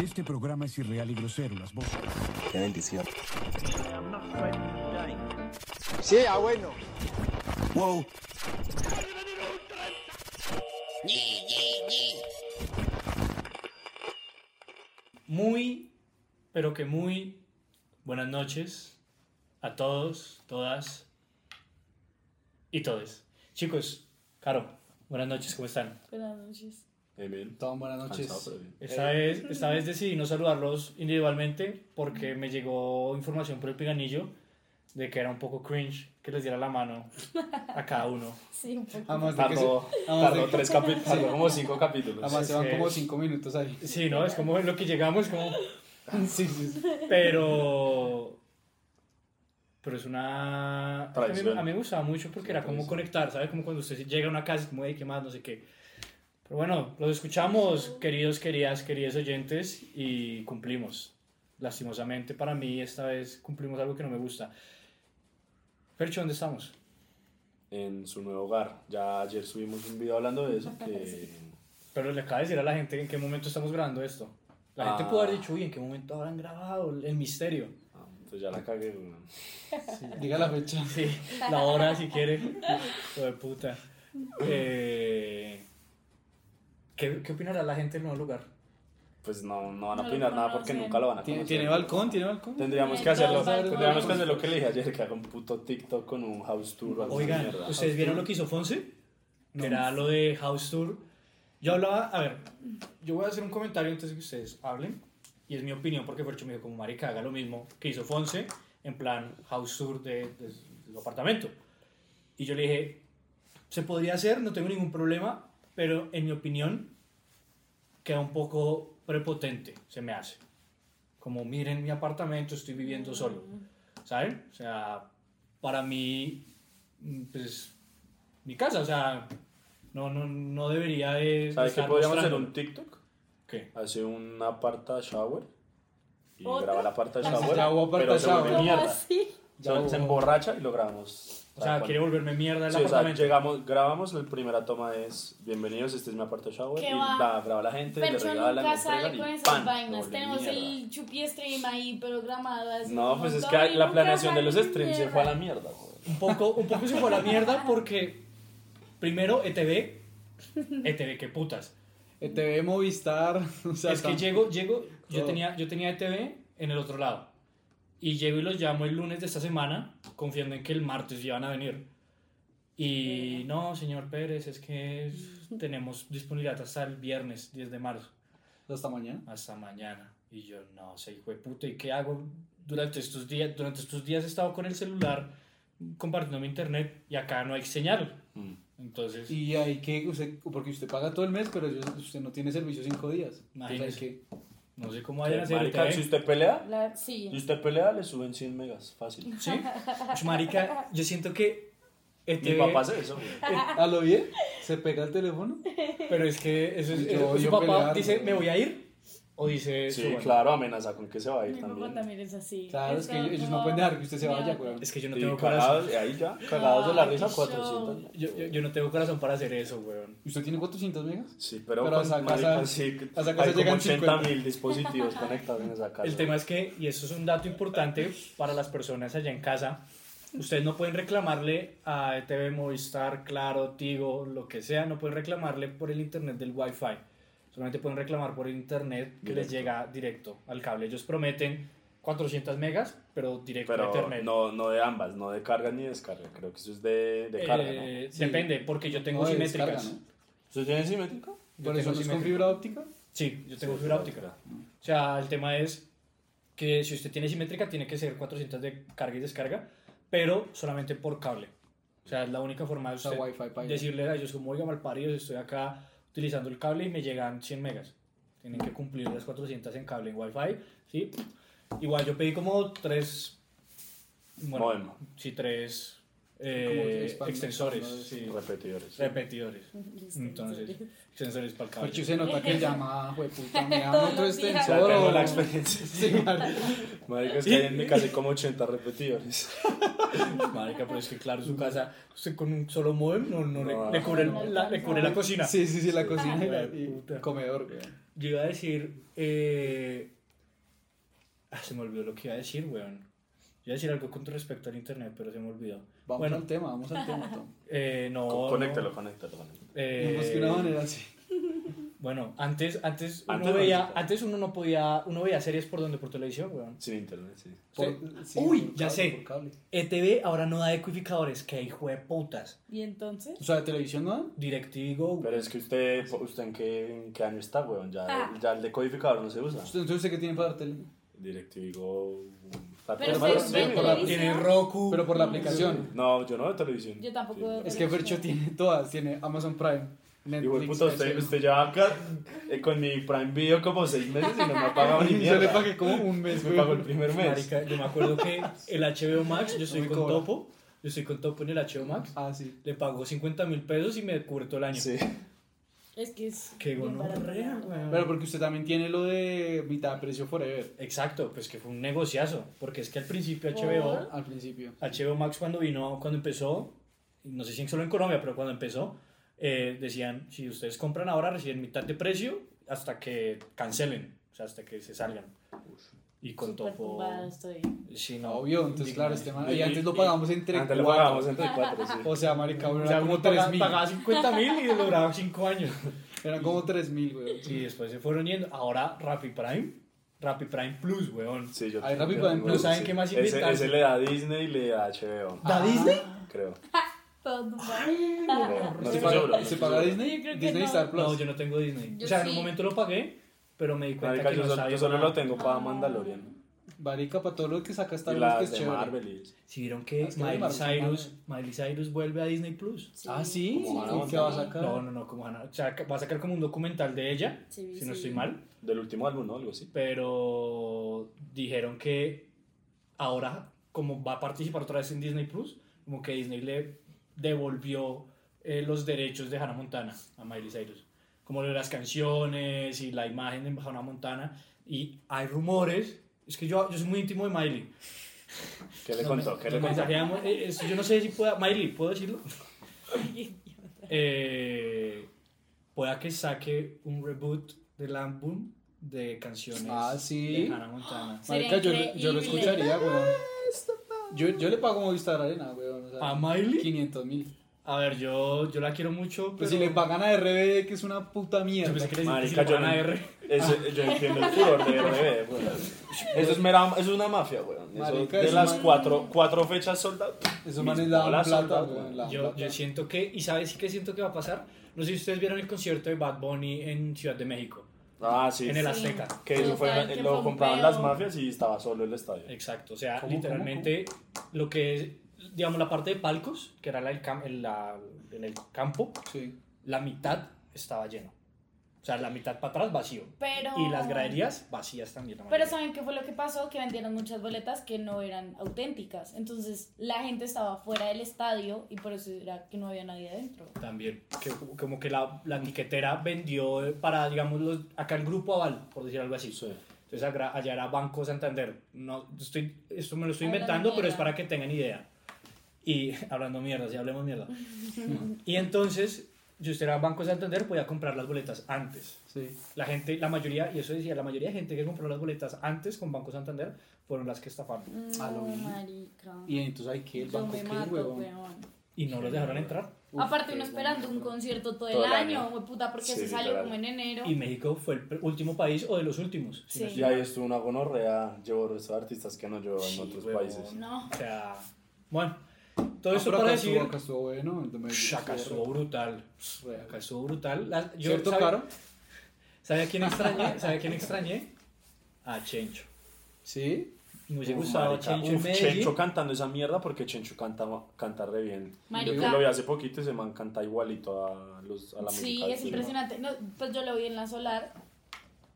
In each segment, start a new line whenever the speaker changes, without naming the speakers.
Este programa es irreal y grosero, las voces.
Qué bendición.
Sí, ah, bueno.
Wow.
Muy, pero que muy buenas noches a todos, todas y todes. Chicos, Caro, buenas noches, ¿cómo están?
Buenas noches.
Bien, bien.
Tom, buenas
Ah,
noches.
Cansado, pero bien.
Esta, vez, esta vez decidí no saludarlos individualmente porque me llegó información por el piganillo de que era un poco cringe que les diera la mano a cada uno.
Sí, un poco.
Además Ah, de que se,
Tardó-
además de
Tardó
que-
tres capítulos, tardó como cinco capítulos.
además se van
Sí.
como cinco minutos ahí.
Sí, ¿no? Es como en lo que llegamos, como...
Sí, sí, sí.
Pero... Pero es una... es que A mí,
Tradición.
a mí me gustaba mucho porque era como
tradición.
conectar, ¿sabes? Como cuando usted llega a una casa, como, "Ey, ¿qué más? No sé qué. Pero bueno, los escuchamos, queridos, queridas, queridos oyentes, y cumplimos. Lastimosamente para mí esta vez cumplimos algo que no me gusta. Fercho, ¿dónde estamos?
En su nuevo hogar. Ya ayer subimos un video hablando de eso. Que...
Pero le acaba de decir a la gente en qué momento estamos grabando esto. La gente
Ah.
pudo haber dicho, uy, ¿en qué momento habrán grabado el misterio?
Ah, Pues ya la cagué. weón.
Llega la fecha.
Sí, la hora si quiere. Hijo de puta. Eh, ¿qué, ¿Qué opinará la gente del nuevo lugar?
Pues no, no van a
No lo
opinar nada porque
conocen.
nunca lo van a
¿Tiene,
conocer.
tiene balcón, tiene balcón.
Tendríamos
Tiene
que hacerlo.
dos balcones.
Tendríamos que hacer lo que le dije ayer, que haga un puto TikTok con un house tour o algo
Oigan, ¿ustedes vieron lo que hizo Fonse? Que era lo de House Tour. Yo hablaba, a ver, yo voy a hacer un comentario antes de que ustedes hablen. Y es mi opinión, porque Fercho me dijo, como marica, haga lo mismo que hizo Fonse, en plan House Tour de, de- de su apartamento. Y yo le dije, se podría hacer, no tengo ningún problema, pero en mi opinión queda un poco prepotente, se me hace. Como, miren mi apartamento, estoy viviendo solo. ¿Saben? O sea, para mí, mm, pues, mi casa, o sea, no, no, no debería de...
¿Sabes qué
estar
podríamos hacer?
mostrándolo.
¿Un TikTok?
¿Qué?
Hace un aparta shower. Y
¿Otra?
graba el aparta
Ah, sí,
shower.
ya hubo aparta
pero se
shower.
vuelve
¿Cómo
mierda.
así?
Ya
Se, se
hubo.
emborracha y lo grabamos.
O sea, quiere volverme mierda el
Sí, o sea,
apartamento.
llegamos, grabamos, la primera toma es Bienvenidos, este es mi aparta shower.
¿Qué
Y
va?
la graba la gente, le
Percho
regalan,
nunca
le entregan
sale
y
con esas
¡pam!
vainas.
doble
Tenemos
mierda.
el chupi stream ahí programado. así
No,
un
pues es
montón
que
y
la
nunca
planeación de
sale
los
ni
streams se
mierda.
fue a la mierda. güey.
Un poco, un poco se fue a la mierda porque, primero, E ETV, ETV, E qué putas.
TV Eh, Movistar. O sea,
es que
tam-
llego, llego, yo
Oh.
tenía, yo tenía ETV en el otro lado. Y llego y los llamo el lunes de esta semana, confiando en que el martes ya van a venir. Y no, señor Pérez, es que tenemos disponibilidad hasta el viernes 10 de marzo,
Hasta mañana.
hasta mañana. Y yo, no sé, hijo de puta, ¿y qué hago? Durante estos días, durante estos días he estado con el celular compartiendo mi internet y acá no hay señal.
Mm.
Entonces,
Y hay que, usted, porque usted paga todo el mes, pero yo- usted no tiene servicio cinco días. Entonces
Imagínese.
hay que.
no sé cómo vayan a ¿eh? hacer. E
Marica,
ETV.
si usted pelea,
La-
si
Sí.
usted pelea, le suben 100 megas, fácil.
¿Sí? Pues, Marica, yo siento que
Mi
ETV...
papá hace eso, güey.
Ah,
¿A lo bien? ¿Se pega el teléfono?
Pero es que eso es.
Yo
eso-
odio
su papá
pelear,
dice,
güey.
¿me voy a ir? O dice,
Sí,
"Súbalo".
claro, amenaza con que se va a ir
Mi papá
también.
también es así.
Claro, es que
Eso
ellos no pueden dejar que usted se
me
vaya,
odia.
weón.
Es que yo no
Y
tengo corazón.
cagados, ahí ya, cagados de la
Ay,
risa,
qué
400.
Yo, yo, yo no tengo corazón para hacer eso, weón.
¿Usted tiene 400 megas?
Sí, pero,
Pero a
con-
esa
marica,
casa-
sí,
a esa casa
hay como
llegan
80
50.
mil dispositivos conectados en esa casa.
El tema es que, y eso es un dato importante para las personas allá en casa, ustedes no pueden reclamarle a ETV, Movistar, Claro, Tigo, lo que sea, no pueden reclamarle por el internet del Wi-Fi. Solamente pueden reclamar por el internet que les
Directo.
llega directo al cable. Ellos prometen 400 megas, pero directo a
Pero
internet.
no, no de ambas, no de carga ni descarga. Creo que eso es de, de carga, ¿no?
Eh,
Sí.
Depende, porque yo tengo
No, de
simétricas.
descarga,
¿Ustedes tienen simétrica?
¿no? ¿Por eso
tengo
no es con
simétrica.
fibra óptica?
Sí, yo tengo fibra óptica. O sea, el tema es que si usted tiene simétrica, tiene que ser 400 de carga y descarga, pero solamente por cable. O sea, es la única forma de
sea,
usted
Wi-Fi paila.
decirle a ellos, como oiga, malparidos, estoy acá utilizando el cable y me llegan 100 megas. Tienen que cumplir las 400 en cable en Wi-Fi, ¿sí? Igual yo pedí como tres.
Modem.
sí, tres eh,
expande-
extensores,
¿no?
sí,
repetidores.
repetidores.
Listo,
Entonces,
entonces.
extensores para el cable.
Porque se nota que llama, puta, me da
Todos
otro
los días.
O sea, tengo
extensor.
Oh.
la
o-
experiencia.
Sí, marica.
Marica, es que hay en mi casa hay como 80 repetidores.
Pues, Marica, pero es que claro, su casa, usted con un solo modem no, no, le-
No.
Le, cubre el- la, le cubre la cocina.
Sí, sí, sí, la cocina y, la- y
Puta.
comedor, weón.
Yo iba a decir. eh, ah, se me olvidó lo que iba a decir, weón. Yo iba a decir algo con respecto al internet, pero se me olvidó.
Vamos
Bueno.
al tema, vamos al tema, Tom.
Eh, no.
Co- conéctalo,
no,
conéctalo, conéctalo.
eh,
No, pues, que una manera así.
bueno, antes, antes,
Antes
uno
no
veía,
existía.
antes uno no podía, uno veía series por donde por televisión, weón.
Sin internet, sí.
Por- sí,
Uy,
por
ya
cable,
sé.
por cable.
ETV E ahora no da decodificadores, que hijo de putas.
¿Y entonces?
O sea, de televisión no.
DirecTV
Pero es que usted, usted en qué, en qué año está, weón. Ya,
Ah.
ya el decodificador no se usa.
Usted- Entonces, ¿usted qué tiene para dar tele?
Directivo. Está
Pero
todo mal,
ustedes ven
sí,
por la-
televisión.
Tiene Roku.
Pero por la aplicación.
No, yo no veo televisión.
Yo tampoco
Sí.
veo
Es que Fercho
televisión.
tiene todas, tiene Amazon Prime,
Y güey,
Netflix.
puta, usted,
HBO.
usted lleva acá eh, con mi Prime Video como seis meses y no me ha pagado ni
Yo le
mierda.
pagué como un mes,
Me pagó el
weón.
primer mes.
Marica, yo me acuerdo que el HBO Max, yo estoy
me
con
cobra.
Topo, yo estoy con Topo en el HBO Max,
Ah, sí.
le pagó 50 mil pesos y me cubrió todo el año.
Sí.
Es que es.
Qué
bien
gonorrea,
barato.
weón.
Pero porque usted también tiene lo de mitad de precio forever
Exacto, pues que fue un negociazo, porque es que al principio
Por-
HBO,
al principio.
HBO Max cuando vino, cuando empezó, no sé si solo en Colombia, pero cuando empezó, eh, decían, si ustedes compran ahora reciben mitad de precio hasta que cancelen, o sea, hasta que se salgan. Y con
Súper
Topo...
tumbada estoy.
Sí, no,
Obvio, entonces claro, este man. Y antes lo
y-
pagamos entre
Antes lo
cuatro.
pagábamos entre cuatro, sí.
O sea, marica,
O
bro,
sea,
eran como
uno paga-
3000.
pagaba 50 mil y lo duraba 5 años.
Eran como 3000, weón.
Y después se fueron yendo. Ahora Rappi Prime. Rappi Prime Plus, weón.
Sí, yo
Ay,
tengo-
rápido, en
bueno,
Plus,
¿saben
sí.
qué más
ese,
inventan?
ese le da a Disney y le da a HBO,
Ah.
¿Da Disney?
creo.
Todo tumbado.
Ah,
No, no
¿Se
estoy
paga,
seguro, no
se
estoy
paga
seguro.
Disney?
Yo creo que
Disney
no.
Star Plus.
No, yo no tengo Disney.
Yo
o sea, en
sí.
un momento lo pagué, pero me di cuenta
Marica,
que
yo,
no
so-
sabía
yo solo
nada.
lo tengo para Mandalorian.
Marica, para todo lo que saca
Y
Star Plus, que
las
es
de
chévere.
Marvel y eso.
Si vieron que
Es que
Miley,
Marvel,
Cyrus, Miley Cyrus vuelve a Disney Plus.
Ah, sí.
Como Hannah
¿Y qué va a
Montana.
sacar?
No, no, no, como Hannah- O sea, que va a sacar como un documental de ella,
Sí,
si no
sí.
estoy mal.
Del último álbum, ¿no? Algo así.
Pero dijeron que ahora, como va a participar otra vez en Disney Plus, como que Disney le devolvió eh, los derechos de Hannah Montana a Miley Cyrus. Como lo de las canciones y la imagen de Hannah Montana. Y hay rumores. Es que yo, yo soy muy íntimo de Miley.
¿Qué le contó? ¿Qué le
Nos
contó?
mensajeamos, eh, es- yo no sé si pueda. Miley, ¿puedo decirlo? Eh, pueda que saque un reboot del álbum de canciones
Ah, sí.
de Hannah Montana.
Marica, yo,
Sería
yo lo
increíble.
escucharía, weón. Yo, yo le pago Movistar Arena, weón. O sea,
¿A Miley?
500 mil.
A ver, yo, yo la quiero mucho.
Pues si
pero-
le pagan a RBD, que es una puta
Yo
mierda.
pensé que le decían que si
Marica,
le
yo,
pagan a
no-
R.
Ah.
ese- yo entiendo el furor de RBD, weón. Eso es, mera, eso es una mafia, weón. Eso-
Marica,
de
es
las
una-
cuatro, cuatro fechas soldados.
Esos manes
Mis
la dan
bolas
plata,
soldados,
weón.
weón.
la dan
Yo,
plata.
yo siento que, y sabes qué siento que va a pasar. No sé si ustedes vieron el concierto de Bad Bunny en Ciudad de México,
Ah, sí.
en el
Sí.
Azteca.
Que eso fue,
Total, que
lo
Pompeo-
compraban las mafias y estaba solo el estadio.
Exacto, o sea,
¿Cómo,
literalmente lo que es, digamos, la parte de palcos, que era la del cam- el- la- en el campo,
Sí.
la mitad estaba lleno. O sea, la mitad para atrás vacío.
Pero.
Y las graderías vacías también. la
Pero
mayoría.
¿saben qué fue lo que pasó? Que vendieron muchas boletas que no eran auténticas. Entonces la gente estaba fuera del estadio y por eso era que no había nadie adentro.
También, que, como que la, la tiquetera vendió eh, para, digamos, los, acá el grupo Aval, por decir algo así. Entonces agra- allá era Banco Santander. No, estoy, esto me lo estoy
Hablando
inventando, pero es
mierda.
para que tengan idea. Y hablando mierda, si hablemos mierda. y entonces, si usted era Banco Santander, podía comprar las boletas antes.
Sí.
La gente, la mayoría, y eso decía, la mayoría de gente que compró las boletas antes con Banco Santander fueron las que estafaron.
A lo
No,
mismo.
marica.
Y entonces hay que el
Yo
banco
me
que,
mato,
weón.
weón.
Y no los dejaron entrar.
Uf,
Aparte
qué
uno esperando un
bueno.
concierto todo el
Todo el
año,
año.
hue puta, porque
Sí,
se salió
literal.
como en enero.
Y México fue el pr- último país o de los últimos. si no
Sí.
Y
estoy
ahí estuvo una gonorrea, llevó a esos artistas que no llevó en
Sí,
otros
huevón.
países.
No.
O sea, bueno, todo
Ah,
eso
pero
para
acá
decir.
estuvo- acá estuvo bueno. entonces
Psh,
me-
Acá estuvo brutal.
Real.
Acá estuvo brutal. La- yo,
¿Cierto,
¿sabe-
Caro?
¿Sabe a quién extrañé? ¿Sabe a quién extrañé? A Chencho.
Sí.
Me hubiese
Uf,
gustado
marica,
Chencho en
uf,
Medellín.
Chencho cantando esa mierda porque Chencho canta, canta re bien.
Marica.
Yo que lo vi hace poquito y se man canta igualito a, los, a la
Sí,
música de
es
Zulma.
impresionante. No, pues yo lo vi en la solar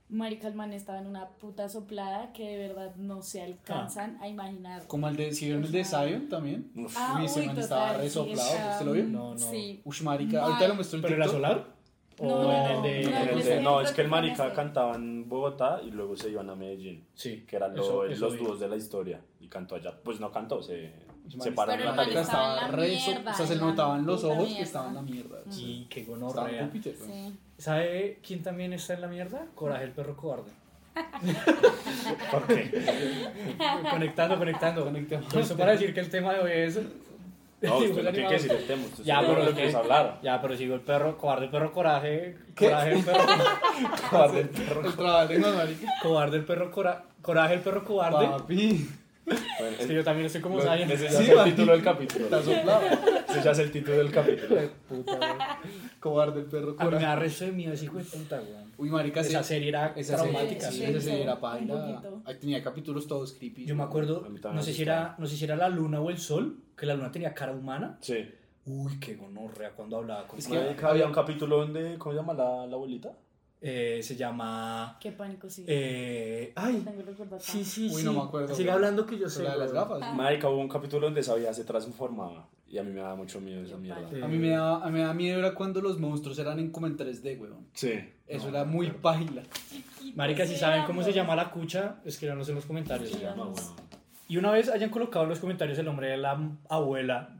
Marica, el man estaba en una puta soplada que de verdad no se alcanzan a imaginar.
Como el de, si vieron el de Zion también.
Uf.
Ah,
Uy, ese
uy,
man
total,
estaba re
sí,
soplado,
estaba-
¿usted lo vio?
No, no.
Sí.
Ush, marica, ahorita lo mostró el
¿Pero en la
TikTok.
solar? ¿O
No,
en el de.?
no,
En el
pues,
de-
eh,
no, es que el marica
prácticamente.
cantaba en Bogotá y luego se iban a Medellín,
Sí,
que eran lo-
eso- eso
los
vi.
dúos de la historia. Y cantó allá. Pues no cantó, se
Ush, marica,
separó
Pero
en
el
la
man
tarea.
está- estaba en la
re so-
mierda,
O sea, se
en
le
la
notaban los
puta
ojos que
mierda.
estaba en la mierda. o sea,
Y qué
Estaba pues. en
gonorrea.
Júpiter, weón.
Sí.
¿Sabe quién también está en la mierda? Coraje el perro cobarde.
¿Por qué?
conectando, conectando, conectando. Eso para decir que el tema de hoy es.
No,
dibujos
usted no tiene que
animados.
decir el tema, usted
Ya,
sabe
pero
de
es
lo que
que-
es hablar.
Ya, pero sigo el perro, cobarde el perro coraje.
¿Qué?
Coraje el perro. cobarde el perro.
El trabalenguas, marica.
Cobarde el perro cora- coraje el perro cobarde.
Papi,
Bueno,
Es que yo también estoy como
lo-
Zion.
ese ya
Sí,
es el
marica.
título del capítulo.
está soplado.
Ese ya es el título del capítulo.
Puta, güey.
Cobarde el perro
A mí me da
coraje.
resto de miedo ese hijo de puta, weón.
Uy, marica,
Esa
sí.
serie era
Esa serie,
traumática.
sí,
sí.
esa serie
Un
era paila.
poquito.
Ahí tenía capítulos todos creepy.
Yo me acuerdo,
A mí también
no
me
sé, si
gustaba.
era, no sé si era la luna o el sol, que la luna tenía cara humana.
Sí.
Uy, qué gonorrea cuando hablaba con
Es que-
Marica, había un capítulo donde, ¿cómo se llama la, la abuelita?
Eh, se llama...
Qué pánico, sí.
eh, ay,
Tengo que recordar
sí,
tanto.
sí,
Uy,
sí.
no me acuerdo,
Sigue
güey.
hablando que yo sé.
Sobre la de las
güey.
gafas.
Ah.
¿no?
Marica, hubo un capítulo donde esa vieja se transformaba. Y a mí me daba mucho miedo esa mierda.
Sí.
A mí me daba, a mí me daba miedo era cuando los monstruos eran en como en 3D, weón.
Sí.
Eso era muy paila.
Marica, si
Sí,
saben cómo se
amor.
llama la cucha, escríbanos en los comentarios.
Sí,
No,
Vamos.
bueno,
Y una vez hayan colocado en los comentarios el nombre de la abuela,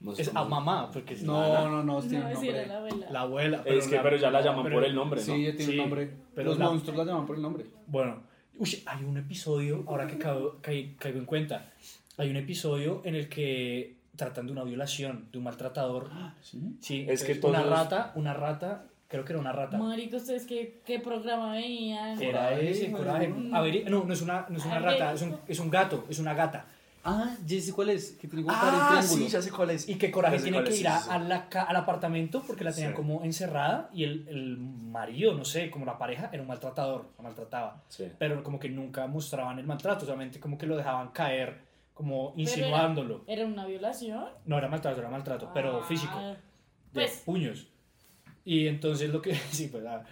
no sé
es a
cómo-
mamá, porque es
No, no, no, tiene un
No, sí,
nombre.
era la abuela.
la abuela.
Es que,
la-
pero ya la llaman por
pero-
el nombre, ¿no?
Sí, ella tiene
Sí,
un nombre.
pero
los
la-
monstruos la llaman por el nombre.
Bueno, uy, hay un episodio, ahora que caigo, cai- caigo en cuenta, hay un episodio en el que tratan de una violación, de un maltratador.
¿Sí?
Ah, Sí,
Es que
entonces, una
todos-
rata, una rata, creo que era una rata.
Marica, ¿ustedes qué, qué programa veían?
Era
Coraje,
ese,
güey.
coraje. A ver, no, no es una, no es una
Ay,
rata,
ve.
es un, es un gato, es una gata.
Ah, ya sé cuál es. Que tiene como cara de
Ah,
triángulo.
sé cuál es.
Y que Coraje
Ya sé
tiene
cuál
que
es,
ir a-
sí, sí, sí.
a la ca- al apartamento porque la tenían
Sí.
como encerrada y el, el marido, no sé, como la pareja, era un maltratador, la maltrataba.
Sí.
Pero como que nunca mostraban el maltrato, solamente como que lo dejaban caer, como
era-
insinuándolo.
¿Era una violación?
No era maltrato, era maltrato, pero
Ah,
físico, de
Pues,
puños. Y entonces lo que... Sí, pues, ah,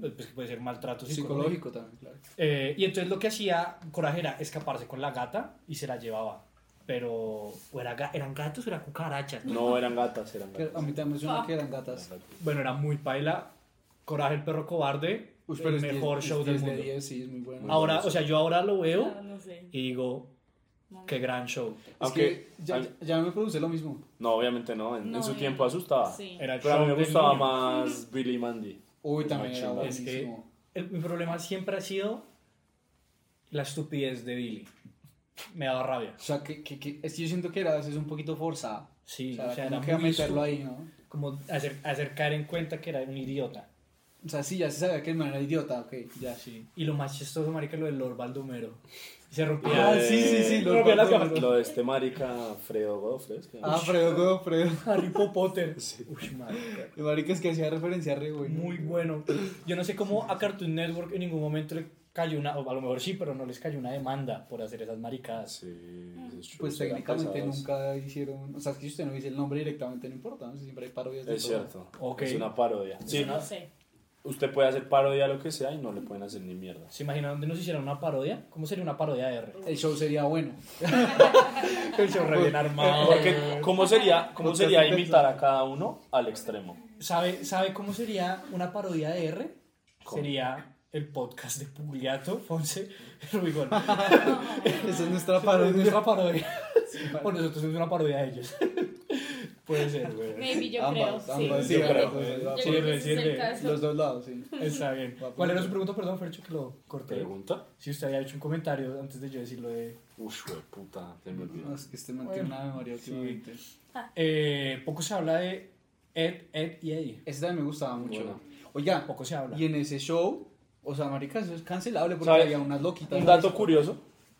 pues, que puede ser maltrato psicológico.
Psicológico también, claro.
Eh, y entonces lo que hacía Coraje era escaparse con la gata y se la llevaba. Pero o era ga- eran gatos o eran cucarachas.
No, eran gatas, eran
Que a
gatas.
mí también me
Ah.
suena que eran gatas.
Bueno, era muy paila. Coraje el perro cobarde.
Uy, pero
el
es diez-
mejor
es
show del
10 de
mundo.
10, sí, es muy bueno.
ahora, o sea, yo ahora lo veo
no, no sé.
y digo,
No.
qué gran show.
Aunque,
es que ya, ya- ya me produce lo mismo.
no, obviamente no. En, en
No,
su
no.
tiempo asustaba.
Sí.
Era el
Pero a
show
mí me
del
gustaba
niño.
más Billy Mandy.
Uy, también era
Machín.
Ah, Es que-
buenísimo.
El- mi problema siempre ha sido la estupidez de Billy. Me daba rabia.
O sea, que, que, que- es que yo siento que era a veces un poquito forzada.
Sí,
o sea,
o sea,
como
era
que a
muy
meterlo
estu-
ahí, ¿no?
Como hacer, hacer caer en cuenta que era un idiota.
O sea, sí, ya se sabía que el man era idiota, ok, ya.
Sí. Y lo más chistoso, marica, lo del Lord Baldomero. Y se rompía.
Ah, sí, sí, sí,
Lo rompía las
Lord
gafas.
Baldomero.
Lo de este marica Fredo Godofres. que-
Ah, Fredo, Fredo.
Harry Potter. Uy, marica.
El marica es que hacía referencia a re, Pues güey.
Muy bueno. Yo no sé cómo a Cartoon Network en ningún momento le cayó una, o a lo mejor sí, pero no les cayó una demanda por hacer esas maricadas.
Ah, Sí, esos shows
Pues
eran
técnicamente
pesados.
nunca hicieron. O sea, es que si usted no dice el nombre directamente, no importa. ¿no? Siempre hay parodias de
Es
todo.
cierto.
Ok.
Es una parodia. Sí,
No sé.
usted puede hacer parodia a lo que sea y no le pueden hacer ni mierda.
¿Se imaginan dónde nos hicieran una parodia? ¿Cómo sería una parodia de R?
El show sería bueno.
El show re bien armado.
Porque, ¿cómo sería, cómo
Porque
sería
así
imitar a cada uno al extremo?
¿Sabe, ¿Sabe cómo sería una parodia de R?
¿Cómo?
Sería el podcast de Pugliato, Fonse, Rubigón.
Esa es nuestra
Es
parodia.
nuestra parodia. O nosotros somos una parodia de ellos. Puede ser, güey.
Maybe yo
Ambas,
creo.
ambas,
sí.
sí,
Yo creo.
ambas, ambas,
Yo
ambas.
Sí,
creo que ese es
reciente.
el caso.
Los dos lados, sí.
Está bien. ¿Cuál era su pregunta? Perdón, Fercho, que lo corté.
¿Pregunta?
Si usted había hecho un comentario antes de yo decirlo de...
Uf, güey, puta, se me
No,
olvidó.
es que este man tiene una memoria
sí.
últimamente.
Eh, poco se habla de Ed, Ed y Eddie.
Ese también me gustaba mucho.
Bueno.
Oiga,
Poco se habla.
y en ese show, o sea, marica, eso es cancelable porque
¿Sabe?
había unas loquitas.
Un dato curioso.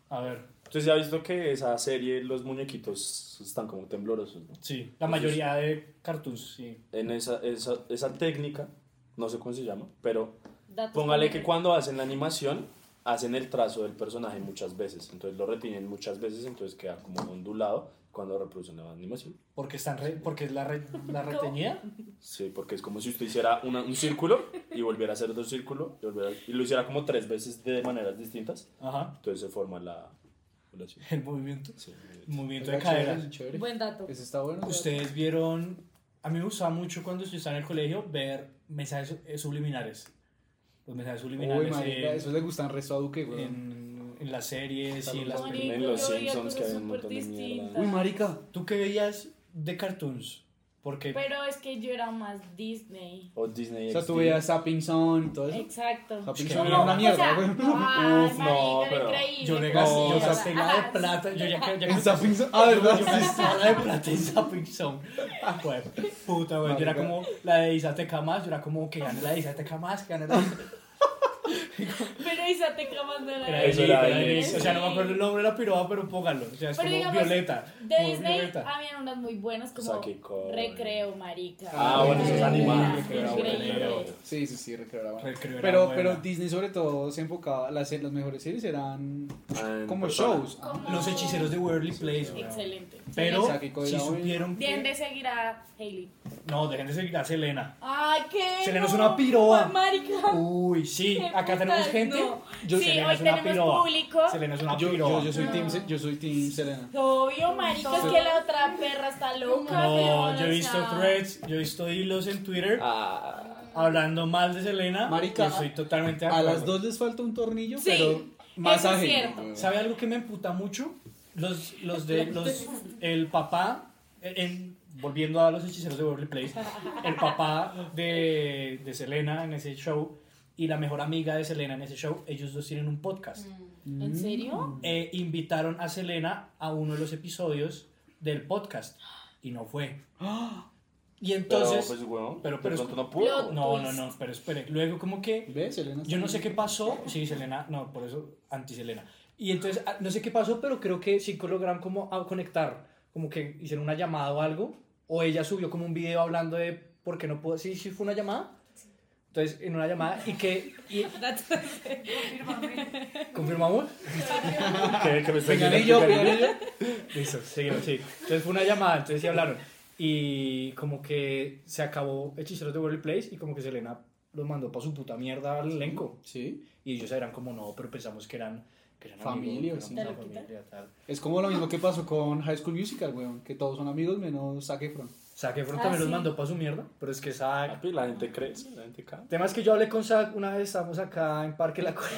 A ver,
Usted se ha visto que esa serie, los muñequitos están como temblorosos, ¿no?
sí. La mayoría de cartoons, sí.
En esa, esa, esa técnica, no sé cómo se llama, pero
Datos
póngale que
curiosos.
cuando hacen la animación, hacen el trazo del personaje muchas veces. Entonces lo retienen muchas veces, entonces queda como ondulado cuando reproducen la animación.
Porque, están re- porque es la, re- la reteñida.
Sí, porque es como si usted hiciera una- un círculo y volviera a hacer otro círculo y, volver a- y lo hiciera como tres veces de maneras distintas.
Ajá.
Entonces se forma la. la sí,
El movimiento.
sí,
El movimiento de
Oiga, chévere,
cadera.
chévere.
Buen dato.
Ese está bueno.
Ustedes vieron. A mí me gustaba mucho cuando yo estaba en el colegio ver mensajes eh, subliminares. Los mensajes subliminares.
Uy, marica,
en-
eso le gustan resto a Duque, güey.
en, en las series y
Salud.
las
Bonito.
películas.
en los
yo veía
Simpsons que
cosas
había un
súper
montón de mierda.
distintas.
Uy, marica.
¿Tú qué veías de cartoons? Porque
Pero es que yo era más Disney.
O Disney.
O sea,
XD.
tú veías Zapping Zone y todo eso.
Exacto.
Zapping
que
Zone
no,
era una
o
mierda, güey.
Uf,
no,
no,
pero
pero increíble,
yo le
como
gasté, yo gasté
mierda.
la de
Ajá,
plata. Yo ya que. ya que-
Zapping Zone. Ah,
yo
¿verdad?
gasté la de plata en Zapping Zone. Pues, puta, güey. Yo era
Marica.
como la de Isateca más. Yo era como que gane la de Isateca más, que gane la de
Pero esa te camas de
Era
la
de
Eso
Disney,
era
era de
Disney.
Disney. O sea, no me acuerdo el nombre de la piroba, pero póngalo. O sea, es
Pero
como
digamos,
Violeta.
De
como
Disney ah,
Violeta.
habían unas muy buenas como
Saki Cody.
Recreo, marica.
Ah, bueno, eso es
Era
animado.
Recreo,
Increíble.
Recreo.
Sí, sí, sí, recreo era bueno.
Recreo era
pero,
buena.
pero Disney sobre todo se enfocaba, las, las mejores series eran
Ah, en
como
persona.
shows.
Como-
Los hechiceros de Waverly Place, güey.
Excelente.
Pero
Saki Cody
si
era bueno.
supieron que-
Bien de seguir a Hailey.
No, dejen de seguir a Selena.
Ay, qué.
Selena es
no,
una piroa.
Marica.
Uy, sí,
Qué
acá tenemos
putas,
gente.
no.
Yo-
Sí,
Selena
hoy
es una
tenemos
piroa.
público.
Selena es una
Yo,
piroa.
yo, yo soy team,
Ah.
Se- yo soy team Selena.
Obvio, marica, es que la otra perra está loca.
No,
weón,
yo he
o
visto
sea.
threads, yo he visto hilos en Twitter
Ah,
hablando mal de Selena.
Marica,
yo soy totalmente de
A
acuerdo.
las dos les falta un tornillo,
Sí,
pero
eso
más
es cierto.
ágil.
¿Sabe algo que me emputa mucho? Los, los de los el papá en- volviendo a los hechiceros de Waverly Place, el papá de, de Selena en ese show y la mejor amiga de Selena en ese show, ellos dos tienen un podcast.
¿En serio?
eh, invitaron a Selena a uno de los episodios del podcast y no fue. Y entonces,
Pero, pues, weón,
pero-
de
pero-
pronto no pudo.
Lo-
no, no, no, pero espere. Luego como que
¿Ves, Selena?
yo no sé qué pasó, sí, Selena, no, por eso anti Selena. Y entonces ah, no sé qué pasó, pero creo que sí que lograron como a conectar, como que hicieron una llamada o algo o ella subió como un video hablando de por qué no puedo, sí, sí fue una llamada. Entonces, en una llamada y que y- confirmamos que, que me está
Peganillo,
diciendo-
peganillo.
Listo, seguimos, sí. Entonces fue una llamada, entonces sí hablaron. Y como que se acabó Hechiceros de World Place y como que Selena los mandó para su puta mierda al elenco.
Sí.
Y ellos eran como no, pero pensamos que eran. Que eran
Familia,
amigos,
sí.
que eran
Tal,
una familia, tal.
Es como lo mismo que pasó con High School Musical, weón. Que todos son amigos menos Zac Efron.
Zac Efron
Ah,
también los
sí.
mandó para su mierda, pero es que Zac.
Papi, la gente crece, la gente cae.
El tema es que yo hablé con Zac una vez, estábamos acá en Parque La Correa.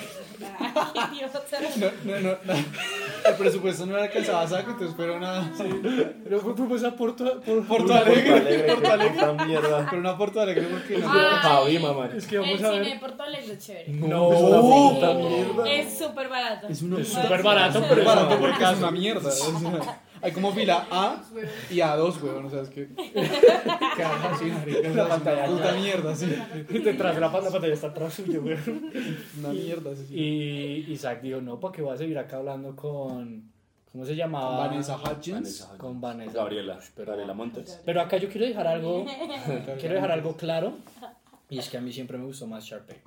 Ay, Dios.
No, no, no. no. El presupuesto no era alcanzaba a Zac, entonces fueron a...
Pero fu- fuimos a Porto. por-
Porto
por-
Alegre.
Porto Alegre. Puta mierda.
Pero una Porto Alegre porque no...
Ah.
Javi, mamá.
Es que
El
vamos a
cine de
ver.
Porto Alegre es chévere.
No,
es una puta mierda.
Es súper barato.
Es una-
es súper barato,
Súper
pero es
barato
una
porque es
casa.
una mierda. o sea, hay como fila A y A2, weón. O sea, es que. Carajo, sí, marica, o sea, es una
pantalla
Puta
ya.
mierda, sí.
Detrás de la, pan- la pantalla está atrás suyo, güey.
Una mierda, sí. sí.
Y Isaac dijo, no, ¿para qué voy a seguir acá hablando con... ¿Cómo se llamaba?
Vanessa Hudgens.
Vanessa.
Con Vanessa.
Gabriela, Gabriela Montes.
Pero acá yo quiero dejar algo, quiero dejar algo claro. Y es que a mí siempre me gustó más Sharpay.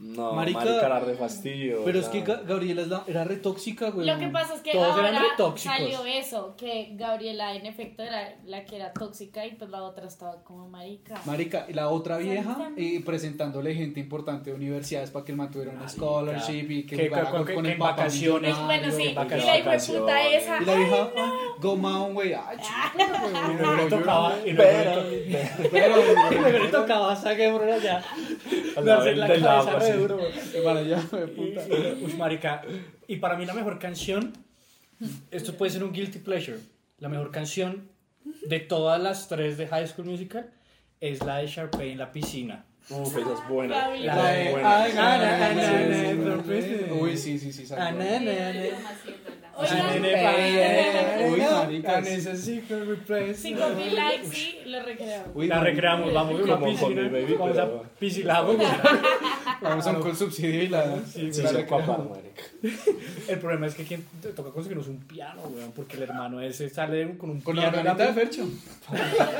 No,
Marica,
marica, era re fastidio.
Pero es que
o
Ga-
sea.
Gabriela es la- era re tóxica, weón.
Lo que pasa es que
Todos eran
ahora
re tóxicos.
salió eso, que Gabriela en efecto era la que era tóxica y pues la otra estaba como marica.
Marica, y la otra vieja
Exactamente.
eh, presentándole gente importante de universidades para que el man tuviera un scholarship y que
Que-
jugara
que-
con,
que-
con
que
el
en
papá
vacaciones.
millonario.
Pues, bueno, sí, y la
vacaciones.
hija de puta
Vacaciones.
esa.
Y la vieja, ah, go man, wey. Ay, chuta, weón.
Y luego le tocaba, y luego le
Pero,
to-
Pero,
y luego le tocaba a Zac Efron allá.
A la
Darse en la
venta del
cabeza
agua,
re
sí.
duro, güey.
eh, para allá, de puta.
Y- Uy, marica. Y para mí la mejor canción, esto puede ser un guilty pleasure, la mejor canción de todas las tres de High School Musical es la de Sharpay en la piscina.
Uf, esa es buena.
Gabriela.
La
La
de- ah,
de
buena.
Ay, na, na, na, na, na, na,
Uy, sí, sí, sí, salió.
Ah, na, na, na.
Oigan,
Uy, marica, sí.
cinco mil likes y lo recreamos.
Uy,
La
marica,
recreamos, vamos a una
Como con
piscina,
mi baby,
vamos
pero-
a piscilamos.
Vamos a un call subsidio y la.
Sí,
Sí,
la
se
recreamos.
papá, marica.
El problema es que quien te toca conseguirnos un piano, weón, porque el hermano ese sale con un
Con la
piano en la
hermanita de
mano.
Fercho.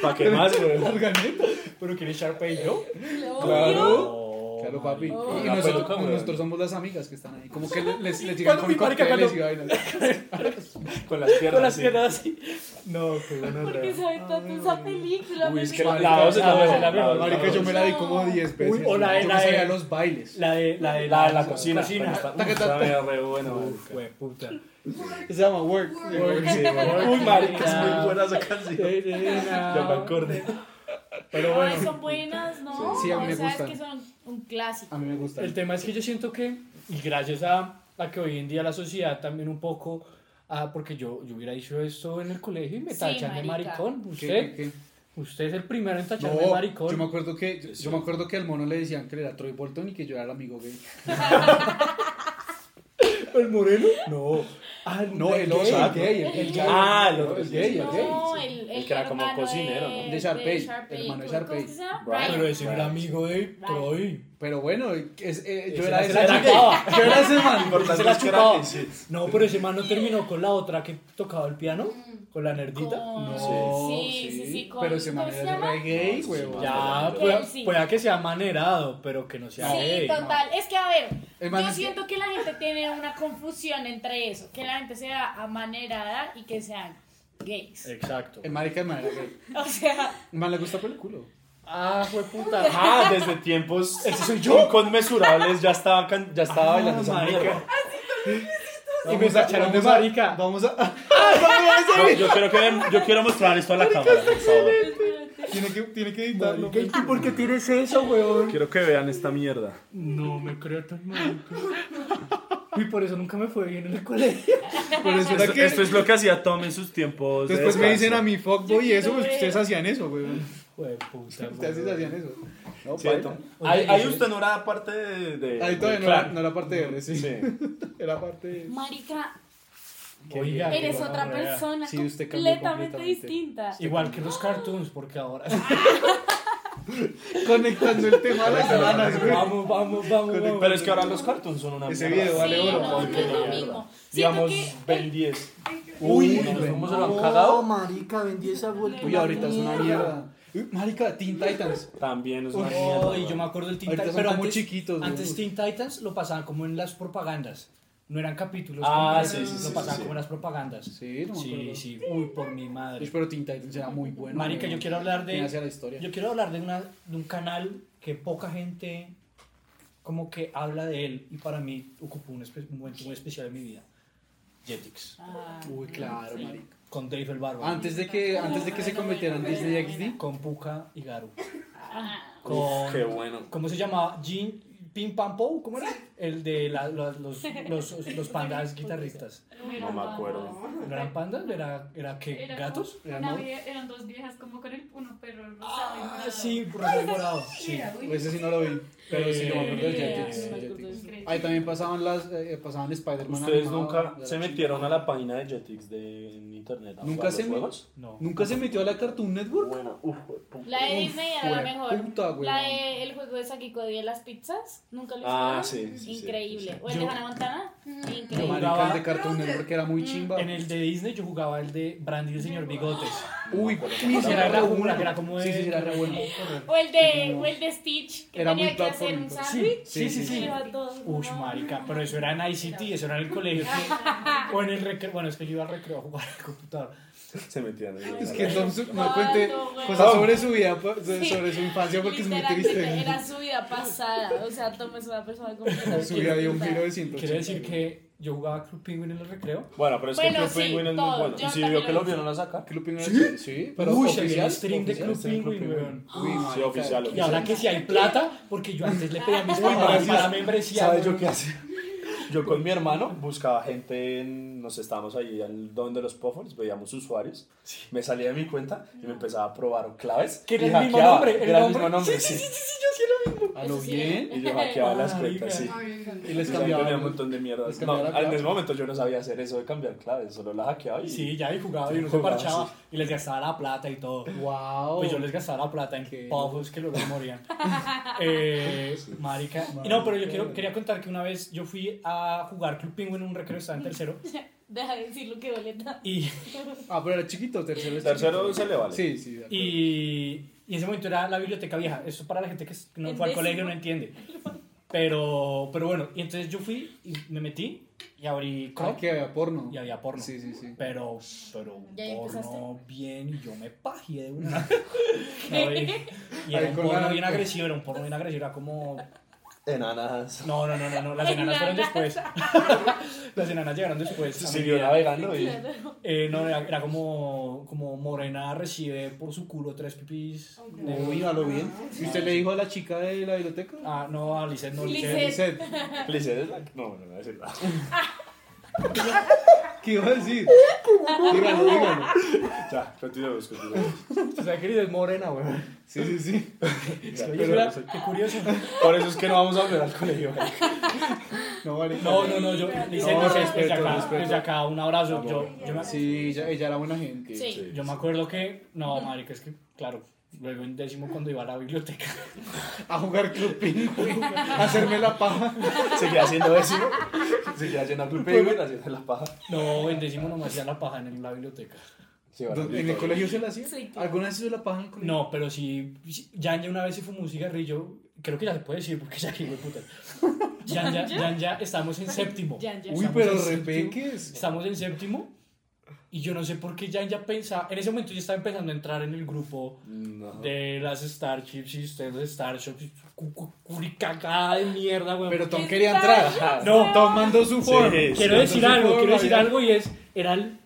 ¿Para qué más, güey?
Organita.
Pero quiere Sharpay yo.
Lo
Claro.
odio.
No.
Claro, papi.
Oh.
Y
Ya,
nosotros,
pero ¿cómo?
nosotros somos las amigas que están ahí. Como que le- les, les llegan
Cuando
con
mi marica
cócteles y vainas.
Con las piernas.
Con las
sí.
piernas así. No, qué bueno.
Porque sabe tanto esa película. pues,
Uy, es que la,
marica.
la dos es la
Marica,
mejor, la
marica,
dos,
Marica,
la
yo
dos.
me la vi como 10 veces.
Uy, o la de-
yo
la
me
de-
sabía los bailes.
La de la, de,
La de la cocina.
cocina.
Uf, sabe re bueno, marica.
Fue puta.
Se llama Work.
Sí, marica. Uy, marica, es muy buena esa canción. Ya me
Ya
acordé.
Pero
Ay,
bueno,
son buenas, ¿no?
Sí, a mí me
O sea, es
gustan.
que son un clásico.
A mí me gusta.
el tema es que yo siento que, y gracias a, a que hoy en día la sociedad también un poco, ah, porque yo, yo hubiera dicho esto en el colegio y me
Sí,
tachan de
marica.
maricón.
¿Qué-
Usted,
qué- qué?
usted es el primero en tacharme de
No,
maricón.
yo me acuerdo que yo, yo me acuerdo que al mono le decían que él era Troy Bolton y que yo era el amigo gay.
¿El moreno? No. Ah,
No, el oso, el gay, el, el gay.
Ah, el otro,
el
sí,
gay, el gay.
No, el,
El que era como
hermano
cocinero,
de,
¿no?
De Sharpay, el
Sharpay.
hermano de
¿Cómo-
Sharpay.
cómo se llama?
Brian.
Pero ese era amigo de Troy.
Pero bueno, es- eh, yo
Ese
era
era-
ese
se la
man.
chupaba.
Yo era ese man.
Importante
Se la
es que era
chupaba.
que sí.
No, pero ese man no terminó con la otra que tocaba el piano, con la nerdita.
Con- Sí, sí, sí, con-
Pero ese man
¿cómo se
era
llama?
re gay,
Sí,
huevón.
Ya,
Que
pueda,
sí.
pueda que sea manerado, pero que no sea
Sí,
gay.
total. Es que, a ver,
El man
yo
es que-
siento que la gente tiene una confusión entre eso, que la gente sea amanerada y que sean gays.
Exacto.
El Eh, marica de manera gay.
O sea,
El man le gusta por el culo.
Ah, fue puta.
Ah, desde tiempos inconmensurables ya estaba, can-
Ah,
ya estaba bailando esa mierda.
Y me sacaron de
vamos a-
marica. Vamos a. Ah,
No, yo, quiero que- yo quiero mostrar esto a la cámara, por favor.
Tiene que, tiene que editarlo. pues,
por qué tienes eso, weón?
Quiero que vean esta mierda.
No me creo tan mal. Y por eso nunca me fue bien en el colegio.
Pero eso
Esto,
era que-
esto es lo que hacía Tom en sus tiempos. de
Después me dicen
descanso.
a mi
Yo
fuckboy y eso,
quiero
pues
ver.
ustedes hacían eso, weón.
Jue puta.
Ustedes
weón.
hacían eso. No,
Sí,
paila.
Tom.
Oye,
Ahí, ahí
¿y-
usted no era parte de. de-
Ahí todavía
de
no era,
Clan.
no era parte de él, sí.
Sí.
Era parte de
marica,
Oiga, qué
eres otra
gonorrea.
persona
Sí, usted cambió
completamente
completamente.
distinta.
Igual que los cartoons, porque ahora.
Conectando el tema a las semanas, güey.
vamos, vamos, vamos. vamos.
Pero es que ahora los cartoons son una
Ese
mierda.
video vale
Sí,
oro.
no, no
Porque
es lo
mierda.
mismo. Siento
Digamos,
que-
Ben 10.
Uy,
nos
Ben-
fuimos a lo cagado.
marica, vendí esa vuelta.
Uy, ahorita es una mierda. Uy, marica, Teen Titans.
También es una mierda.
Oh, y yo me acuerdo del Teen
Ahorita
Titans.
son
Pero
como
antes,
chiquitos, ¿no?
antes Teen Titans lo pasaban como en las propagandas. No eran capítulos.
Ah,
completos,
sí, sí,
Lo
sí,
pasaban
sí.
como en las propagandas.
Sí, no me
sí,
acuerdo.
sí. Uy, por mi madre.
Uy, Pero Teen Titans era muy bueno.
Marica,
weón.
yo quiero hablar de.
Tiene hacia la historia.
Yo quiero hablar de, una, de un canal que poca gente como que habla de él y para mí ocupó un, espe- un momento muy especial en mi vida. Jetix,
Ah,
Uy, claro, marica.
con Dave el Bárbaro,
Antes de que, antes de que se convirtiera en Disney XD.
con Puka y Garu,
ah.
con,
Uf, qué bueno.
¿cómo se llamaba? Jin, Pim Pam Pou, ¿cómo era? El de la- la- los, los, los pandas guitarristas.
No me acuerdo.
¿No eran pandas? ¿Era, era qué?
Era
¿Gatos?
como-
¿Eran
una
no?
vie- eran dos viejas como con el uno perro rosado y
Ah,
morado.
sí, Rosal Morado. Sí.
Ese sí no lo vi. Pero sí, yo me acuerdo de
Eh,
Jetix,
sí, me acuerdo
Jetix.
de eso.
Ahí también pasaban las, eh, pasaban Spider-Man.
¿Ustedes
animado,
nunca
la
se
chingada.
metieron a la página de Jetix de en internet? a
¿Nunca
jugar
se
los
me-
juegos?
No.
¿Nunca se metió a la Cartoon Network?
Bueno, uf, pu-
La E de Disney era la
fue
mejor.
puta, güey.
la de el juego de Saki Cody de las pizzas, nunca lo
Ah,
hicieron.
sí, sí, sí,
Increíble.
sí.
O el de
Yo-
Hannah Montana,
Yo
increíble.
marica, el de Cartoon Network era muy chimba.
En el de Disney yo jugaba el de Brandy y el señor Bigotes.
Uy,
O
uy,
sea,
era
era
re
como-
bueno.
era como de-
Sí, sí, sí, era re bueno.
O el de, o el de Stitch, que
Era
tenía
muy
que hacer un
platform,
sándwich.
Sí, sí,
y
sí.
iba todo-
Uy,
no.
marica, pero eso era en ICT, eso era en el colegio. que- o en el recreo. Bueno, es que yo iba al recreo a jugar al computador.
se metieron.
Es que Tom su- no
Cuánto,
cuente
güey.
cosas sobre su vida, po- so-
Sí.
sobre su infancia, porque es muy
Literalmente
triste.
Era su vida pasada. O sea, Tom es una persona completamente.
Su vida dio un giro de
Quiere
180.
decir que yo jugaba Club Penguin en el recreo.
Bueno, pero es que
Bueno,
Club
sí,
Penguin es muy
todos,
bueno.
yo
Y si
también
vio
lo
que lo
hice.
vieron a sacar.
Club Penguin era- este? Sí, pero
Uy, se había
oficial.
stream de Club Ah,
oficial,
Penguin,
Club
weón.
Uy,
Sí,
marica.
oficial,
Y ahora que si hay plata, porque yo antes le pedí a mis
Uy,
papás
marica,
para membresía.
¿Sabes
güey.
yo qué hacía? Yo con mi hermano buscaba gente, en- nos estábamos ahí al don de los Puffers, veíamos usuarios, me salía de mi cuenta y me empezaba a probar claves.
Que era
y
el mismo
hackeaba,
nombre, el
Era el
nombre.
mismo nombre, sí.
A lo
Eso sí.
bien.
Y yo hackeaba las
Marica.
cuentas, sí.
Y
Y también tenía
les
un
cambiaban.
montón de
les
mierdas. No,
cambiaba la
en
clave.
ese momento yo no sabía hacer eso de cambiar claves, solo la hackeaba y...
Sí, ya y jugaba y uno se
Jugaba,
parchaba y les gastaba la plata y todo.
Wow.
Pues yo les gastaba la plata en
Qué
puffs que luego morían. Eh, marica. Y No, pero yo quiero, quería contar que una vez yo fui a jugar Club Penguin en un recreo, estaba en tercero.
Deja de decir lo que boleta.
Y,
Ah, pero era chiquito, tercero es
Tercero
chiquito.
se le vale.
Sí, sí. de acuerdo.
y, Y en ese momento era la biblioteca vieja. Esto para la gente que es- que no
En
fue al
décimo.
colegio no entiende. Pero, pero bueno, y entonces yo fui y me metí y abrí
Creo
Chrome
Ah, que había porno.
y había porno.
Sí, sí, sí.
Pero, pero un
¿Y ahí
porno
empezaste?
bien y yo me pajeé de una. No, y, y era
Ahí
un
con la-
porno bien agresivo, era un porno bien agresivo, era como...
Enanas.
No, no, no, no, no, las enanas fueron después. las enanas llegaron después. a mi
Siguió
vida.
navegando y.
Eh, no, era, era como, como Morena recibe por su culo tres pipis. de
Uy,
vida.
a lo bien. ¿Y usted le dijo a la chica de la biblioteca?
Ah, no, a Lisette no.
Lisette.
Lisette,
Lisette es la. No, no, no voy a decir nada.
¿Qué iba a decir? Dígalo, dígalo.
Ya, continuemos, continuemos.
O sea, querido, es Morena, güey.
Sí, sí, sí.
Pero-
Qué curioso.
Por eso es que no vamos a volver al colegio.
No, vale.
No, no, no, yo, Lisette,
pues. No,
no, sé,
respeto,
desde acá,
respeto.
desde acá, un abrazo. Yo, yo me-
Sí, ella, ella era buena gente.
Sí.
Yo me acuerdo que, no, madre, que es que, claro, luego en décimo cuando iba a la biblioteca,
A jugar club pingüino, a hacerme la paja.
Seguía haciendo eso. Seguía haciendo club penguin, haciendo la paja.
no, en décimo no me hacía la paja en la biblioteca.
Sí, bueno,
¿En el colegio se la hacía?
Sí, claro.
¿Alguna vez se hizo la paja en el colegio?
No, pero sí, sí, Yanya una vez se fumó un cigarrillo, creo que ya se puede decir porque ya que hijo de puta. Yanya, Yanya, estamos en séptimo.
Ya, ya.
Uy,
Estamos
pero
en séptimo.
repeques.
Estamos en séptimo y yo no sé por qué Yanya pensaba, en ese momento yo estaba empezando a entrar en el grupo
No.
de las Starships y ustedes los Starships, cu- cu- curicagada de mierda, güey.
Pero Tom
¿Qué
quería
tal?
entrar.
No,
Tom mandó su forma.
sí,
quiero
sí.
decir
Entonces,
algo,
¿cómo
quiero decir
había?
algo y es, era el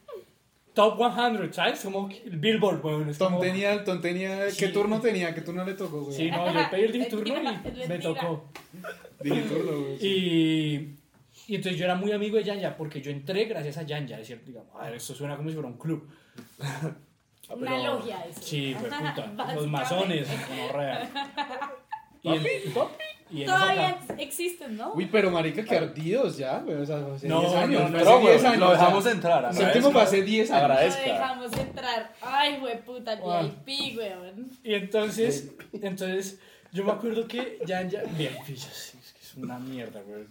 top 100, ¿sabes? Como el Billboard, weón. es
Tom
como-
tenía, el Tom tenía,
Sí.
¿qué turno tenía? ¿Qué turno le tocó, güey?
Sí, no, yo pedí el digiturno y
Mentira,
me
mentira.
tocó.
Dije turno, güey.
Y, y entonces yo era muy amigo de Yanya porque yo entré gracias a Yanya, es cierto, digamos, a ver, esto suena como si fuera un club.
Una
Pero-
logia eso.
Sí, fue puta, los
Básicamente.
masones, como real. Y en- y en
Todavía
esa-
existen, ¿no?
Uy, pero marica, qué ardidos ya, güey. O sea, hace
No,
10 años.
no, no,
hace
Pero,
10
güey,
años.
lo dejamos
o sea,
entrar. ¿no?
Séptimo fue hace 10 años.
Lo
Agradezco.
dejamos entrar. Ay, güey, puta, el
Juan.
VIP, weón.
Y entonces, entonces, yo me acuerdo que Yanya, bien, pillo, sí, es que es una mierda, güey.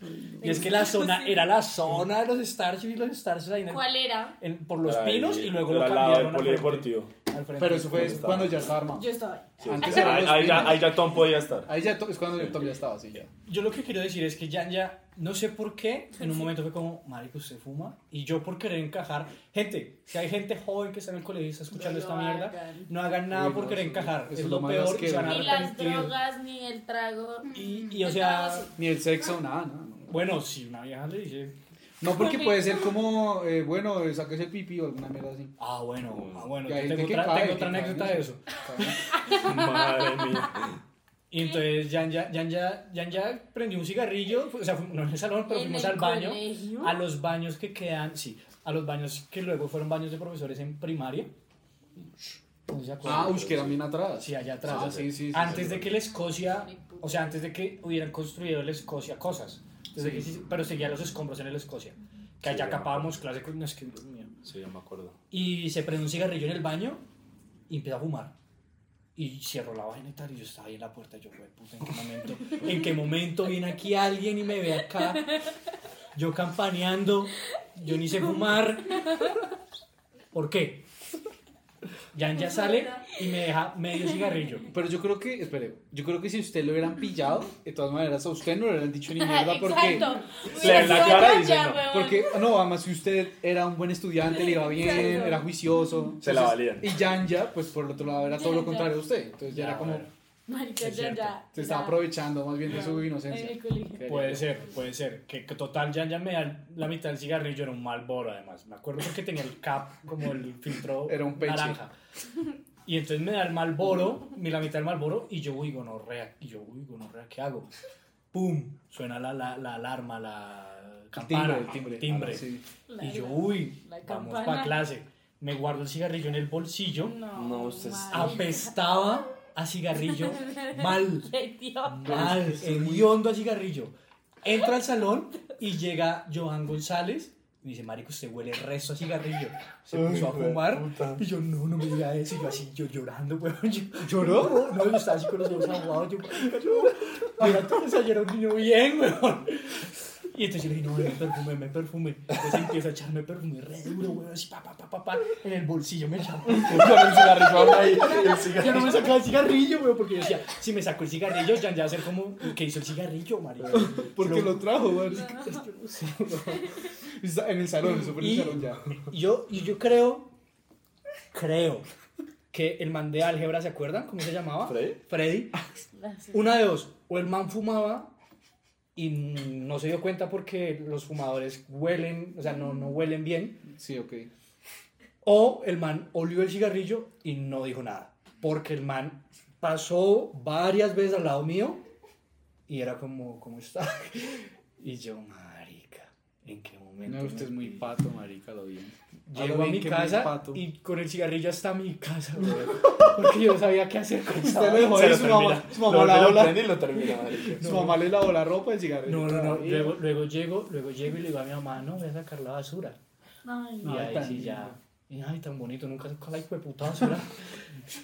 Y es que la zona, era la zona de los Starships y los Starships ahí en el-
¿Cuál era?
en- por los
Ahí,
pinos y luego lo
era al lado del
cambiaron al frente,
polideportivo.
al frente.
Pero eso fue
Estaba.
cuando ya estaba armado.
Yo estaba ahí.
Sí,
Antes
sí,
eran
ahí,
los
ahí ya,
primos.
ahí ya Tom podía estar.
Ahí ya to- es cuando yo Tom ya estaba, sí, ya.
Yo lo que quiero decir es que Yanya, no sé por qué, en un momento fue como, marico, usted fuma. Y yo por querer encajar. Gente, si hay gente joven que está en el colegio y está escuchando
No
esta
lo
mierda,
hagan.
no hagan nada
Uy,
por
no,
querer
eso-
encajar.
eso
Es,
es
lo
lo más
peor y se van a
Ni las
arrepentir.
drogas, ni el trago. Mm.
Y, y, o sea,
Entonces,
Ni el sexo, nada, nada. No,
bueno, si una vieja le dice,
No, porque puede ser como, eh, bueno, eh, saques el pipí o alguna mierda así.
ah, bueno, ah, bueno,
Y hay
yo
gente
tengo
que
otra,
cae,
tengo
que
otra
cae en
anécdota de eso.
Madre mía.
Y entonces Yanya, Yanya, Yanya prendió un cigarrillo, o sea, fu- no en el salón, pero
¿En
fuimos
el
al baño.
colegio?
A los baños que quedan, sí, a los baños que luego fueron baños de profesores en primaria. No se acuerdan.
Ah, uy, que eran bien atrás.
Sí, allá atrás.
Ah, sí, sí, sí,
antes
sí.
de que la Escocia, o sea, antes de que hubieran construido la Escocia cosas. Desde que sí- pero seguía los escombros en la Escocia. Que allá capábamos clase con... no, es que- Dios mío.
Sí, ya me acuerdo.
Y se prende un cigarrillo en el baño y empieza a fumar. Y cierro la vaina y tal, y yo estaba ahí en la puerta, y yo, güey, puta, ¿en qué momento? ¿En qué momento viene aquí alguien y me ve acá? Yo campaneando, yo ni sé fumar. ¿Por qué? Jan ya sale y me deja medio cigarrillo.
Pero yo creo que, espere, yo creo que si usted lo hubieran pillado, de todas maneras a usted no le hubieran dicho ni mierda porque...
Exacto.
Se le
Mira,
ven la
si va
cara y
allá,
dicen no.
weón.
Porque, no, además, si usted era un buen estudiante, le iba bien,
Exacto.
era juicioso.
Se la valían.
Y Yanja, pues por el otro lado, era todo lo contrario de usted. Entonces ya,
Pues Ya,
era como,
bueno,
Marica,
Es
ya,
cierto.
ya.
se estaba
ya.
aprovechando más bien de su
En
inocencia.
el colegio.
Puede ser, puede ser. Que, que total, Jan ya me da la mitad del cigarrillo, era un Malboro además. Me acuerdo porque tenía el cap, como el filtro
Era un peche.
naranja. Y entonces me da el Malboro, me la mitad del Malboro, y yo, uy, gonorrea, y yo, uy, gonorrea, ¿qué hago? ¡Pum! Suena la, la, la alarma, la
El
campana,
timbre, el timbre. Ah, sí.
La-
Y yo,
la-
uy,
la
vamos
campana.
para clase. Me guardo el cigarrillo en el bolsillo,
No,
No, usted
marica.
apestaba a cigarrillo mal.
Qué idiota.
Mal, hediondo a cigarrillo. Entra al salón y llega Joan González. Y me dice, marico, usted huele resto a cigarrillo. Se puso a fumar. Y yo, no, no me diga eso. Y yo así, yo llorando, weón. ¿Lloró? No, yo estaba así con los ojos aguados. Yo, marica, no. Mira, todo, o sea, yo era un niño bien, weón. Y Y entonces yo le dije, no, me perfume, me perfume. Entonces empiezo a echarme perfume re duro, weón, así, pa, pa, pa, pa, pa, en el bolsillo me echaba.
Con el cigarrillo ahí, y el cigarrillo.
Yo no me sacaba el cigarrillo, weón, porque yo decía, si me saco el cigarrillo, ya ya va a ser como el que hizo el cigarrillo, marica.
Porque
Pero-
lo trajo, weón. En el salón, eso fue en el
Y-
salón ya.
y yo, y yo creo, creo que el man de álgebra, ¿se acuerdan? ¿Cómo se llamaba?
¿Freddy?
Freddy. Una de dos. O el man fumaba y no se dio cuenta porque los fumadores huelen, o sea, no, no huelen bien.
Sí, ok.
O el man olió el cigarrillo y no dijo nada. Porque el man pasó varias veces al lado mío y era como, ¿cómo está? Y yo, marica, ¿en qué momento?
No, usted
me
es muy
vi?
pato, marica, lo bien.
Llego a mi casa
y
y con el cigarrillo hasta mi casa, güey. Porque yo no sabía qué hacer con esa
Usted le
vaina.
dejó
Se
ahí
lo
su mamá,
termina.
su
Lo
mamá la
lo
bola.
prende y lo termina, marica.
Su mamá le lavó la ropa y el cigarrillo.
No, no, no.
Ay,
Luego, luego llego, luego llego y le digo a mi mamá, no, voy a sacar la basura.
Ay,
Y
Ay,
ahí
tan
sí
lindo.
ya. Y, ay, tan bonito, nunca saco la hijo de puta basura.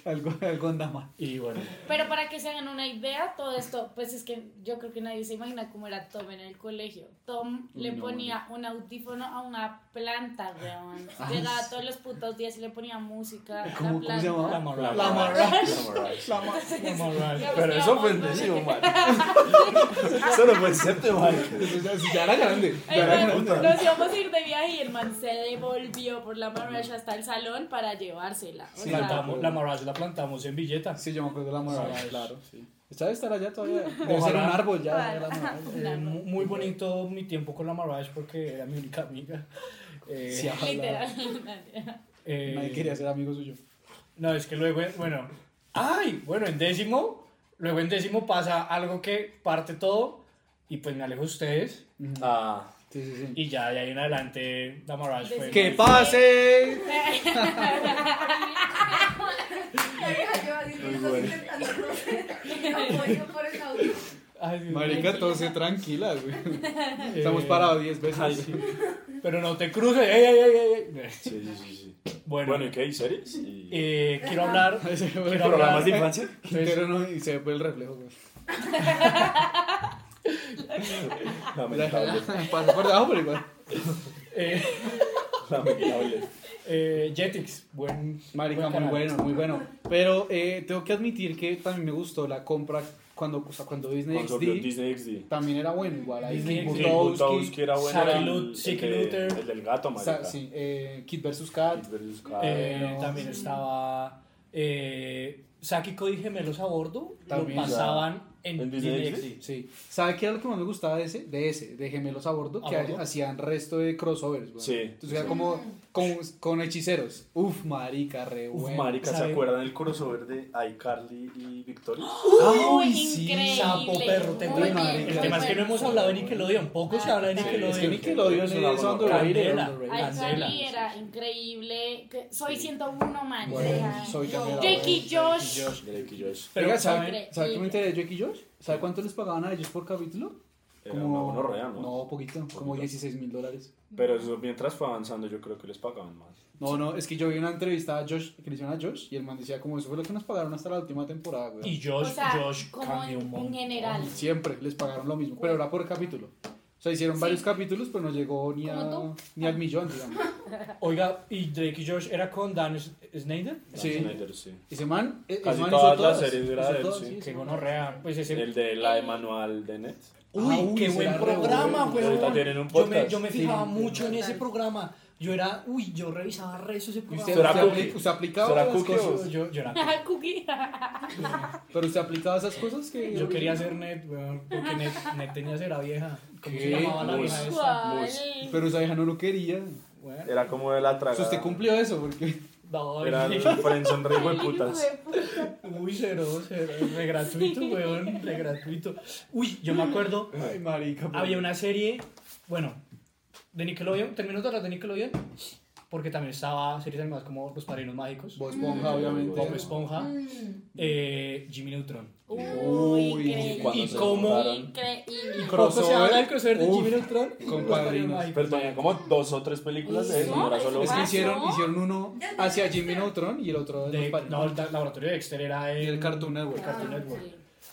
Algo, algo anda mal.
Y bueno,
Pero para que se hagan una idea, todo esto, pues es que yo creo que nadie se imagina cómo era Tom en el colegio. Tom le
No,
ponía un audífono a una planta, weón.
Ah,
Llegaba
sí.
todos los putos días y le ponía música a
¿Cómo,
la
cómo se
planta.
llamaba?
la
La
morra.
Ah, La
morra.
Morra.
La morra.
La ma-
La morra.
Ya
Pero eso
buscábamos,
fue en
¿no?
décimo, marica. Eso no fue en séptimo, marica.
Eso ya, si ya era grande. ya
Ay,
era
bueno,
grande.
nos íbamos a ir de viaje y el man se devolvió por la marracha hasta el salón para llevársela. O
Sí,
sea,
Plantamos- la morra se la plantamos en billeta.
Sí, yo me acuerdo de la morada,
Sí.
claro. Sí. Está estar allá todavía. Debe
Ojalá.
ser un árbol ya.
Ojalá.
la morada.
Eh,
Claro.
mu- muy bonito mi tiempo con la Mirage porque era mi única amiga. Eh,
Sí, ojalá.
literal.
eh,
Nadie quería ser amigo suyo.
No, es que luego, bueno, ay, bueno, en décimo, luego en décimo pasa algo que parte todo y pues me alejo de ustedes
Ah,
Sí, sí, sí.
y ya de ahí en adelante la Mirage fue...
¡Que pase!
La vieja lleva 10 minutos intentando apoyo por el audio.
Ay, Dios mío. Eh,
Marica, todo se tranquila, güey. Estamos parados 10 veces.
Ay, sí. Pero no te cruces, ey, ey, ey, ey, ey.
sí, sí, sí. sí.
Bueno,
Bueno, ¿y qué? ¿Y series? ¿Y
eh, quiero hablar...
Ese fue el
quiero
programas de
hablar
infancia?
Quintero no, y se ve el reflejo, güey.
Lamentable,
Pasa por debajo, pero igual.
eh,
lamentable.
eh, Jetix, buen...
Marica,
buen
muy
canal.
bueno, muy bueno. Pero eh, tengo que admitir que también me gustó la compra cuando, o sea, cuando Disney
Con sobre
XD
Disney XD.
también era bueno. Igual ahí
Disney
Kim
XD,
Butowski
Butowski,
era bueno. era
Saki
el-
Lut- Saki
el de-
Luther.
El del gato,
Sa-
marica.
sí, eh, Kid vs. Kat.
Kid versus Kat.
Eh,
no,
también estaba eh, Saki Cody Gemelos a bordo.
También,
lo pasaban en,
¿En Disney
Disney
XD?
XD.
Sí. ¿Sabe qué era lo que más me gustaba de ese? De ese, de Gemelos a Bordo,
¿A
que
bordo?
hacían resto de crossovers, güey.
Sí.
Entonces era como con, con hechiceros. Uf, marica, re
Uf,
bueno.
marica, ¿se
¿sabe?
acuerdan del crossover de iCarly y Victoria?
Ay,
Uy,
sí,
increíble.
Sapo perro, te
Muy
tengo una-
bien,
El
Claro.
tema es que no
muy Ah,
hemos
bueno.
hablado de Nickelodeon. Poco se habla de
Sí,
Nickelodeon.
Es que Nickelodeon
Es
es
una buena
underrated.
Candela.
underrated.
Ay,
Candela.
Charlie era increíble. que- Soy
Sí.
101, man.
Bueno,
deja.
soy Candela,
Jake y
bueno.
Josh.
Drake y Josh.
Pero,
Oiga,
¿saben?
Increíble.
¿sabe, ¿sabe qué me enteré de Jake y Josh? ¿Sabe cuánto les pagaban a ellos por capítulo?
Era una gonorrea, ¿no?
poquito, como 16 mil dólares.
Pero eso, mientras fue avanzando, yo creo que les pagaban más.
No, no, es que yo vi una entrevista a Josh, que le hicieron a Josh, y el man decía como eso fue lo que nos pagaron hasta la última temporada, güey.
Y
O
Josh,
sea,
Josh
como
cambió un
en, en
montón.
general.
Siempre les pagaron lo mismo, pero era por capítulo. O sea, hicieron varios capítulos, pero no llegó ni,
¿Como
a, ni al millón, digamos.
Oiga, ¿y Drake y Josh era con Dan S- Snyder?
Dan
Sí.
Snyder, sí.
Ese man, e-
Casi
ese man
todas
hizo
las series era
hizo
de él,
todas,
sí.
Que
ese man.
gonorrea. Pues ese.
El de la de manual de Net.
Uy,
Ah, uy,
qué
ese
buen
era re
programa,
bueno.
weón.
Ahorita tienen un
Yo me,
podcast.
yo me fijaba
Sí.
mucho en ese programa. Yo era, uy, yo revisaba rezo ese
Y
programa.
usted,
¿Será
usted
cookie?
apli- usted aplicaba
¿Será
las
cookie o-
cosas,
Yo, yo era
Cookie.
pero usted aplicaba esas cosas que...
Yo quería ser Net, weón, porque Net, Net tenía cera vieja. ¿Cómo se
¿Qué?
llamaba la vieja
Luz.
esa?
¿Cuál?
Pero esa vieja no lo quería.
Bueno,
Era como de la
Entonces
tragada.
usted cumplió eso, porque...
no,
Era el
y-
Friendson Rey de putas.
Hijo de puta.
Uy, cero, cero. De gratuito, weón, de gratuito. Uy, yo me acuerdo,
Ay, marica.
había una serie, bueno, de Nickelodeon, terminó de de Nickelodeon, porque también estaba series animadas como Los Padrinos Mágicos,
Bob Esponja, obviamente.
Bob
¿Ah?
Esponja,
Mm.
eh, Jimmy Neutron.
Uy,
Uy,
increíble.
cuando
Y
se
cómo...
juntaron.
Increíble.
Poco se habla del crossover de
Uf,
Jimmy Neutron y
con
Los Padrinos
Padrinos.
Mágicos.
Pero tenía como dos o tres películas de eso. No era solo
Es que
una.
hicieron,
¿Pasó?
hicieron uno hacia Jimmy Neutron y el otro
De-
de los
no,
no,
el ta- laboratorio de Dexter era
y
en
el
Ah.
Cartoon Network,
Cartoon Network.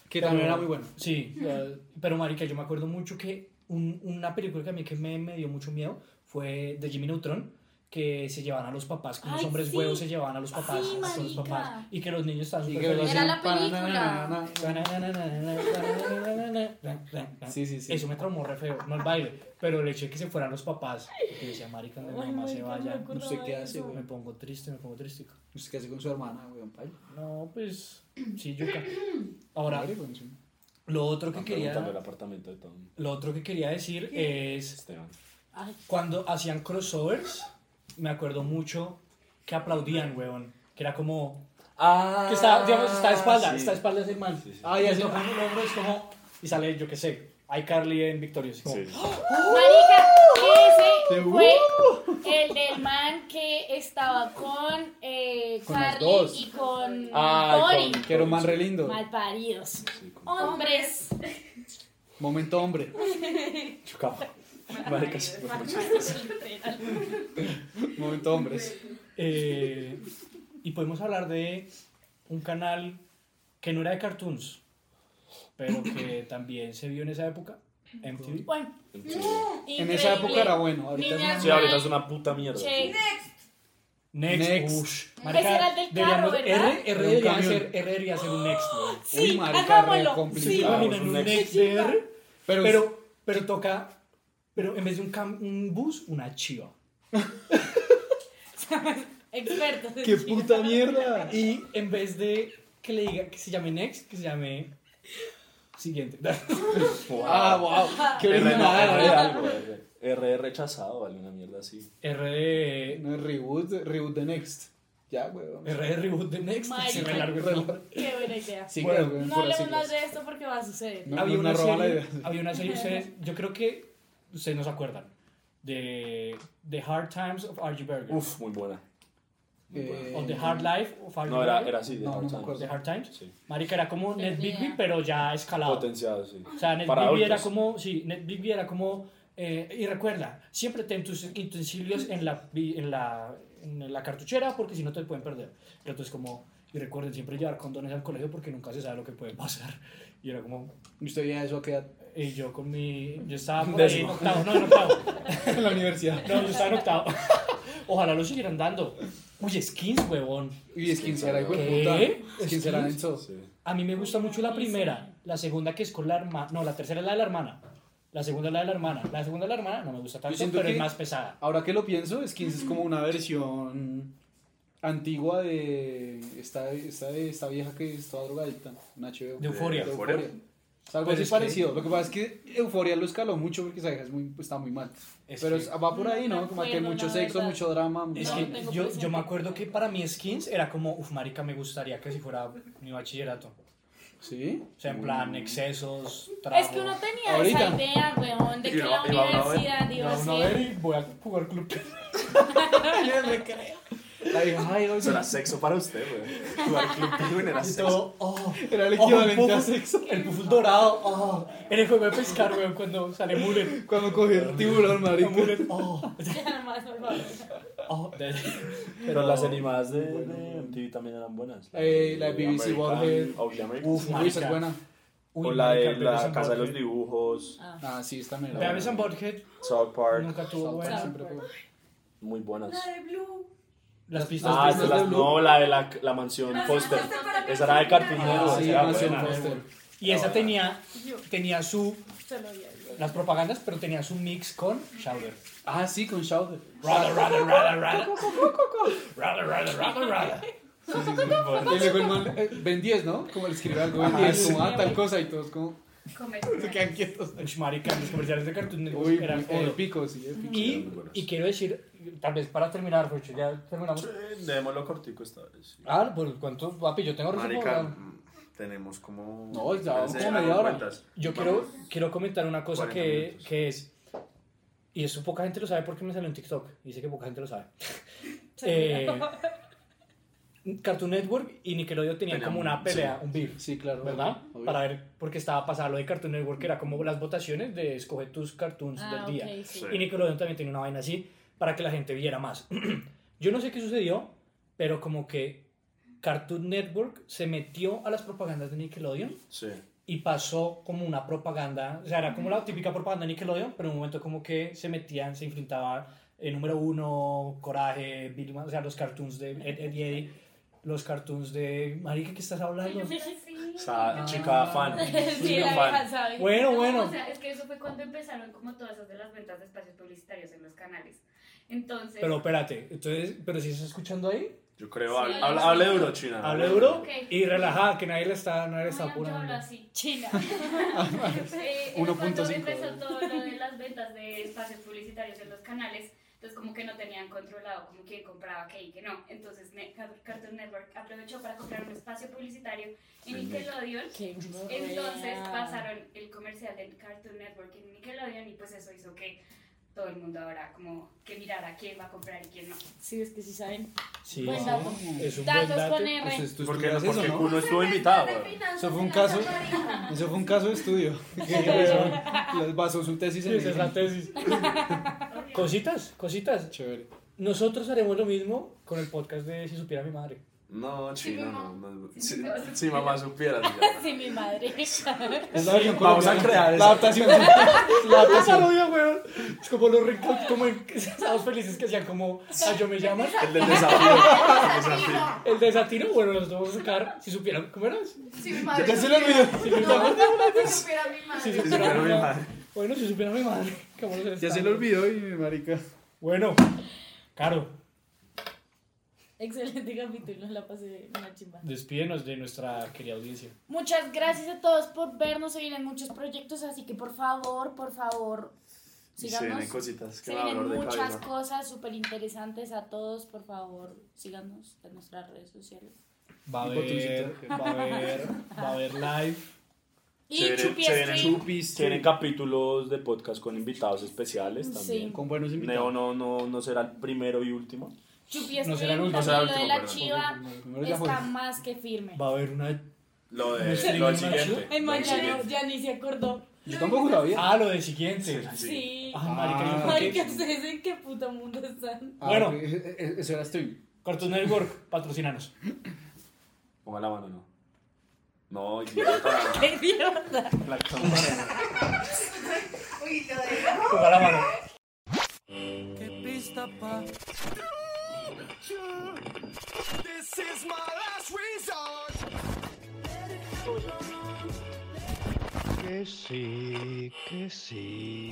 que también era muy bueno.
Sí, eh, pero marica, yo me acuerdo mucho que un- una película que a mí que me, me dio mucho miedo fue de Jimmy Neutron, que se llevaban a los papás, que los
Ay,
hombres
sí.
huevos se llevaban a los
Sí,
papás, a los
marica.
papás, y que los niños estaban
Y
súper
que lo
felices.
Era la
hacían
película.
pananana. Sí, sí, sí.
Eso me traumó re feo, no el baile, pero el hecho de que se fueran los papás, y que decía, marica, mi
Ay,
mamá se
marica, me
vaya,
acordaba
no sé qué
de
hace,
eso.
me pongo triste, me pongo triste.
Pues, ¿Qué hace con su hermana, weón? Paila.
No, pues, sí, yo... ca- Ahora,
Madre, weón, sí.
lo otro que
Están preguntando el
quería...
apartamento de Tom
Lo otro que quería decir es...
Esteban.
Ay,
cuando hacían crossovers, me acuerdo mucho que aplaudían, weón. Que era como.
Ah,
Que está, digamos, está de espalda,
sí.
está de espalda es el man.
Sí, sí.
Ah, y así tocando el hombro es como. Y sale, yo qué sé, iCarly en Victorious. como,
Sí.
Marica,
Te-
ese
¡Uh!
fue el del man que estaba con, eh,
Con las
Carly
dos.
y con
Ay,
Tori.
con-
Que era un man re lindo.
Malparidos.
Sí, como-
Hombres.
Momento hombre.
Chocaba.
Maricas.
Momento hombres.
eh, y podemos hablar de un canal que no era de cartoons, pero que también se vio en esa época, MTV.
Bueno,
En esa época
increíble.
era bueno. Ahorita es
Niñas
una-
Sí, ahorita es una puta mierda.
Che.
Next.
Next.
Ush.
Ese era el del
deberíamos-
carro, ¿verdad?
R, R
Era un
debería
camión.
ser, R debería ser un Next, weón.
Sí,
Uy, marica, re
hagámoslo. Sí.
complicado.
Imaginan
un
un
ex.
ex de R,
Pero,
pero, pero toca, pero en vez de un, cam- un bus, una chiva.
Expertos.
qué puta mierda.
Y en vez de que le diga que se llame Next, que se llame siguiente.
Ah, wow. Qué
R, no, R,
original.
algo, R. R rechazado, vale, una mierda así.
R de,
No es reboot, reboot the next. Ya, weón.
R de reboot de Next.
Marica.
se me largo el nombre.
Qué buena idea.
Sí,
Bueno,
weón,
No
puras
hablemos
siglas.
más de esto porque va a suceder.
No,
había,
no,
una
no roba la
serie,
idea.
había una serie, ustedes, yo creo que ustedes no se acuerdan, de The Hard Times of R.G. Berger.
Uf, muy buena. Muy
Eh,
O The Hard Life of R.G.
buena. No, era,
Berger.
era así, de
No,
Hard
no me
Times.
acuerdo.
The Hard Times.
Sí.
Marica, era como
Tenía.
Net Bigby, pero ya escalado.
Potenciado, sí.
O sea, Ned
Para
Bigby era
adultos.
como, sí, Ned Bigby era como, eh, y recuerda, siempre ten tus utensilios en la, vi- en la, en la cartuchera porque si no te pueden perder. Y entonces como, y recuerden siempre llevar condones al colegio porque nunca se sabe lo que puede pasar. Y era como,
¿Y usted ya eso queda
y yo con mi, yo estaba por ahí en
Décimo.
octavo, no, en octavo,
en la universidad.
no, yo estaba en octavo. Ojalá lo siguieran dando. Oye, skins, huevón.
Y es quincera, hijo de
¿Qué?
puta. Es quincera denso.
Sí.
A mí me gusta mucho la primera, la segunda que es con la hermana, no, la tercera es la de la hermana. La segunda es la de la hermana. La segunda de la hermana no me gusta tanto,
siento
pero es
que-
más pesada.
Ahora que lo pienso, Skins es como una versión antigua de esta, esta, de esta vieja que es toda drogadicta, una HBO.
De Euphoria.
De Euforia. O sea, algo
Pues
así
es que-
parecido. Lo que pasa es que Euforia lo escaló mucho porque esa vieja es muy, está muy mal.
Es
Pero
que-
es- va por ahí, ¿no? Como que hay
Bueno,
mucho
la
sexo,
verdad.
mucho drama.
Es
mucho-
No,
que
tengo
yo,
presente.
yo me acuerdo que para mí Skins era como, uff, marica, me gustaría que si fuera mi bachillerato.
¿Sí?
O sea, en plan, excesos, tragos.
Es que uno tenía
Ahorita.
esa idea, weón, de que
no,
la
y va uno a ver.
universidad iba a
Iba uno a ver
ser.
y voy a jugar club.
La vieja, ay, oye,
Eso era sexo para usted, güey. Jugar Club Penguin era
Y
sexo.
todo, oh,
Era el
oh,
equivalente
pufo,
a sexo.
El puful dorado, oh, en el juego de pescar, weón, cuando sale Mullen.
Cuando cogió el tiburón, marica.
Mullen, oh,
Ya, más, por favor.
oh.
Pero las animadas de, de MTV también eran buenas.
Eh, la de BBC Warhead.
Ugly Americans.
Uf,
Uy, esa
marica.
es buena.
Uy,
o la
marica,
de la
Beavis and
Casa de los
Butthead.
Dibujos,
Ah.
Ah, sí, está también. era
Beavis and Butthead
South Park,
nunca tuvo
buena.
buenas.
Siempre fue buena.
muy buenas.
La de Blue.
Las pistas
Ah,
de-
esta es la, no, la de la, la mansión
La de
Foster.
Foster para
Esa era de cartuñero,
Ah,
esa
sí,
era
Mansión
buena.
Foster.
Y esa tenía, tenía su,
Se lo vi ahí.
las propagandas, pero tenía su mix con Shouder.
Ah, sí, con Shouder.
Rada, rada, rada, rada. Rada, rada, rada, rada.
Y luego el man, eh, Ben 10, ¿no? Como le escribe algo Ben
Ajá,
10,
sí.
como, ah, tal cosa, y todos como, se
Comercial.
quedan quietos.
Uy, pues, marica, los comerciales de Cartoon Network
Uy,
eran
el
oro.
pico, sí, el pico.
Y, y quiero decir, tal vez para terminar, Fercho, ya terminamos.
Eh, Démoslo cortico esta vez. sí.
Ah, pues cuánto, papi, yo tengo resumen.
Marica,
weón.
mm, tenemos como.
No, ya vamos
Pensé,
como media
hago
hora.
cuentas.
Yo
Vamos.
quiero, quiero comentar una cosa
40
que,
minutos.
que es, y eso poca gente lo sabe porque me salió en TikTok, y sé que poca gente lo sabe.
Se
Eh, Cartoon Network y Nickelodeon tenían
Tenían
como
un-
una pelea, un beef,
Sí, claro.
¿verdad?
obvio.
Para ver, porque estaba pasado lo de Cartoon Network, que era como las votaciones de escoger tus cartoons
Ah,
del día.
ok, sí.
Y Nickelodeon también tenía una vaina así para que la gente viera más. Yo no sé qué sucedió, pero como que Cartoon Network se metió a las propagandas de Nickelodeon
Sí.
y pasó como una propaganda, o sea, era como la típica propaganda de Nickelodeon, pero en un momento como que se metían, se enfrentaban el número uno, Coraje, Billy, Man- o sea, los cartoons de Ed, Ed y Eddie, los cartoons de... Marica, ¿qué estás hablando?
Sí.
Esa chica fan.
Sí,
chica
la
fan.
vieja sabe.
Bueno,
No,
bueno.
O sea, es que eso fue cuando empezaron como todas esas de las ventas de espacios publicitarios en los canales. Entonces,
Pero espérate, entonces, pero si estás escuchando ahí,
Yo creo,
Sí,
hable,
algo
hable-
así.
hable duro, China.
habla duro
Ok.
y relajada, que nadie le está, nadie le
Ay,
está
yo hablo
apurando.
así.
China.
Eh, era
1.5.
cuando empezó todo lo de las ventas de espacios publicitarios en los canales, entonces como que no tenían controlado como quién compraba qué y qué no. Entonces Ne- Cartoon Network aprovechó para comprar un espacio publicitario en Nickelodeon.
Qué
Entonces
gonorrea.
pasaron el comercial del Cartoon Network en Nickelodeon y pues eso hizo que todo el mundo ahora como que mirara quién va a comprar y quién no.
Sí, es que sí saben.
Sí,
Buen
sí,
dato.
es un buen
Datos
dato.
con R.
Entonces, tú
Pues, Porque,
pues, estudias eso,
porque
¿no?
Cuno estuvo invitado.
de
weón.
finanzas
Eso fue un
en la
caso.
Catarina.
Eso fue un caso de estudio. Que les basó su tesis
Sí,
en
esa es
eso.
la tesis. cositas, cositas.
Chévere.
Nosotros haremos lo mismo con el podcast de Si supiera mi madre.
No, China,
mamá.
no. no. Si, si mamá supiera. sí,
Sí, mi madre.
Es la versión
Vamos
colombiana.
a crear
la
esa.
adaptación. la adaptación.
weón. Es como los ricos, como en Sábados Felices que hacían como a Yo Me Llamas.
ya. El del desafío.
El desatino, bueno, los vamos a sacar si supieran. ¿Cómo era? Si
Sí, mi madre.
Ya se lo olvidó.
supieran-
Si supiera mi madre.
si
Si supiera mi
supieran-
madre.
Bueno, si supiera mi madre. ¿cómo se les
Ya se
está?
lo olvidó y marica.
Bueno, Caro,
Excelente capítulo, la pasé una chimba.
despídenos de nuestra querida audiencia.
Muchas gracias a todos por vernos. Se vienen muchos proyectos, así que por favor, por favor,
Y Se
síganos.
vienen cositas. Que
Se
me da dolor
vienen
de
muchas
cabeza.
cosas súper interesantes a todos. Por favor, síganos en nuestras redes sociales.
Va a
Y botoncito.
haber, va a haber, va a haber live.
Y
Se viene-
Chupi
se viene
Stream.
Chupis.
Tienen capítulos de podcast con invitados especiales
Sí.
también.
Con buenos
Neo
invitados.
no, no, no será el primero y último.
Chupi
No será el
Stream,
último,
será el
también lo de
último,
la
pero-
chiva
Primero ya fue.
está más que firme.
Va a haber una.
Lo
¿Me
de
escriben
lo
en
siguiente.
Nacho?
En
lo
mañana
siguiente.
ya ni se acordó.
Yo tampoco sabía.
Ah, lo del siguiente.
Sí.
Ah, marica, yo por
Ah,
qué-
Marica, ¿ustedes en qué puto mundo están?
Ah,
Bueno.
ok, e- e- Eso era estoy.
Cartoon Network, patrocinanos.
Ponga la mano, no. No, idiota.
¡Qué idiota!
Uy, lo de...
Ponga la mano.
Que sí, que sí.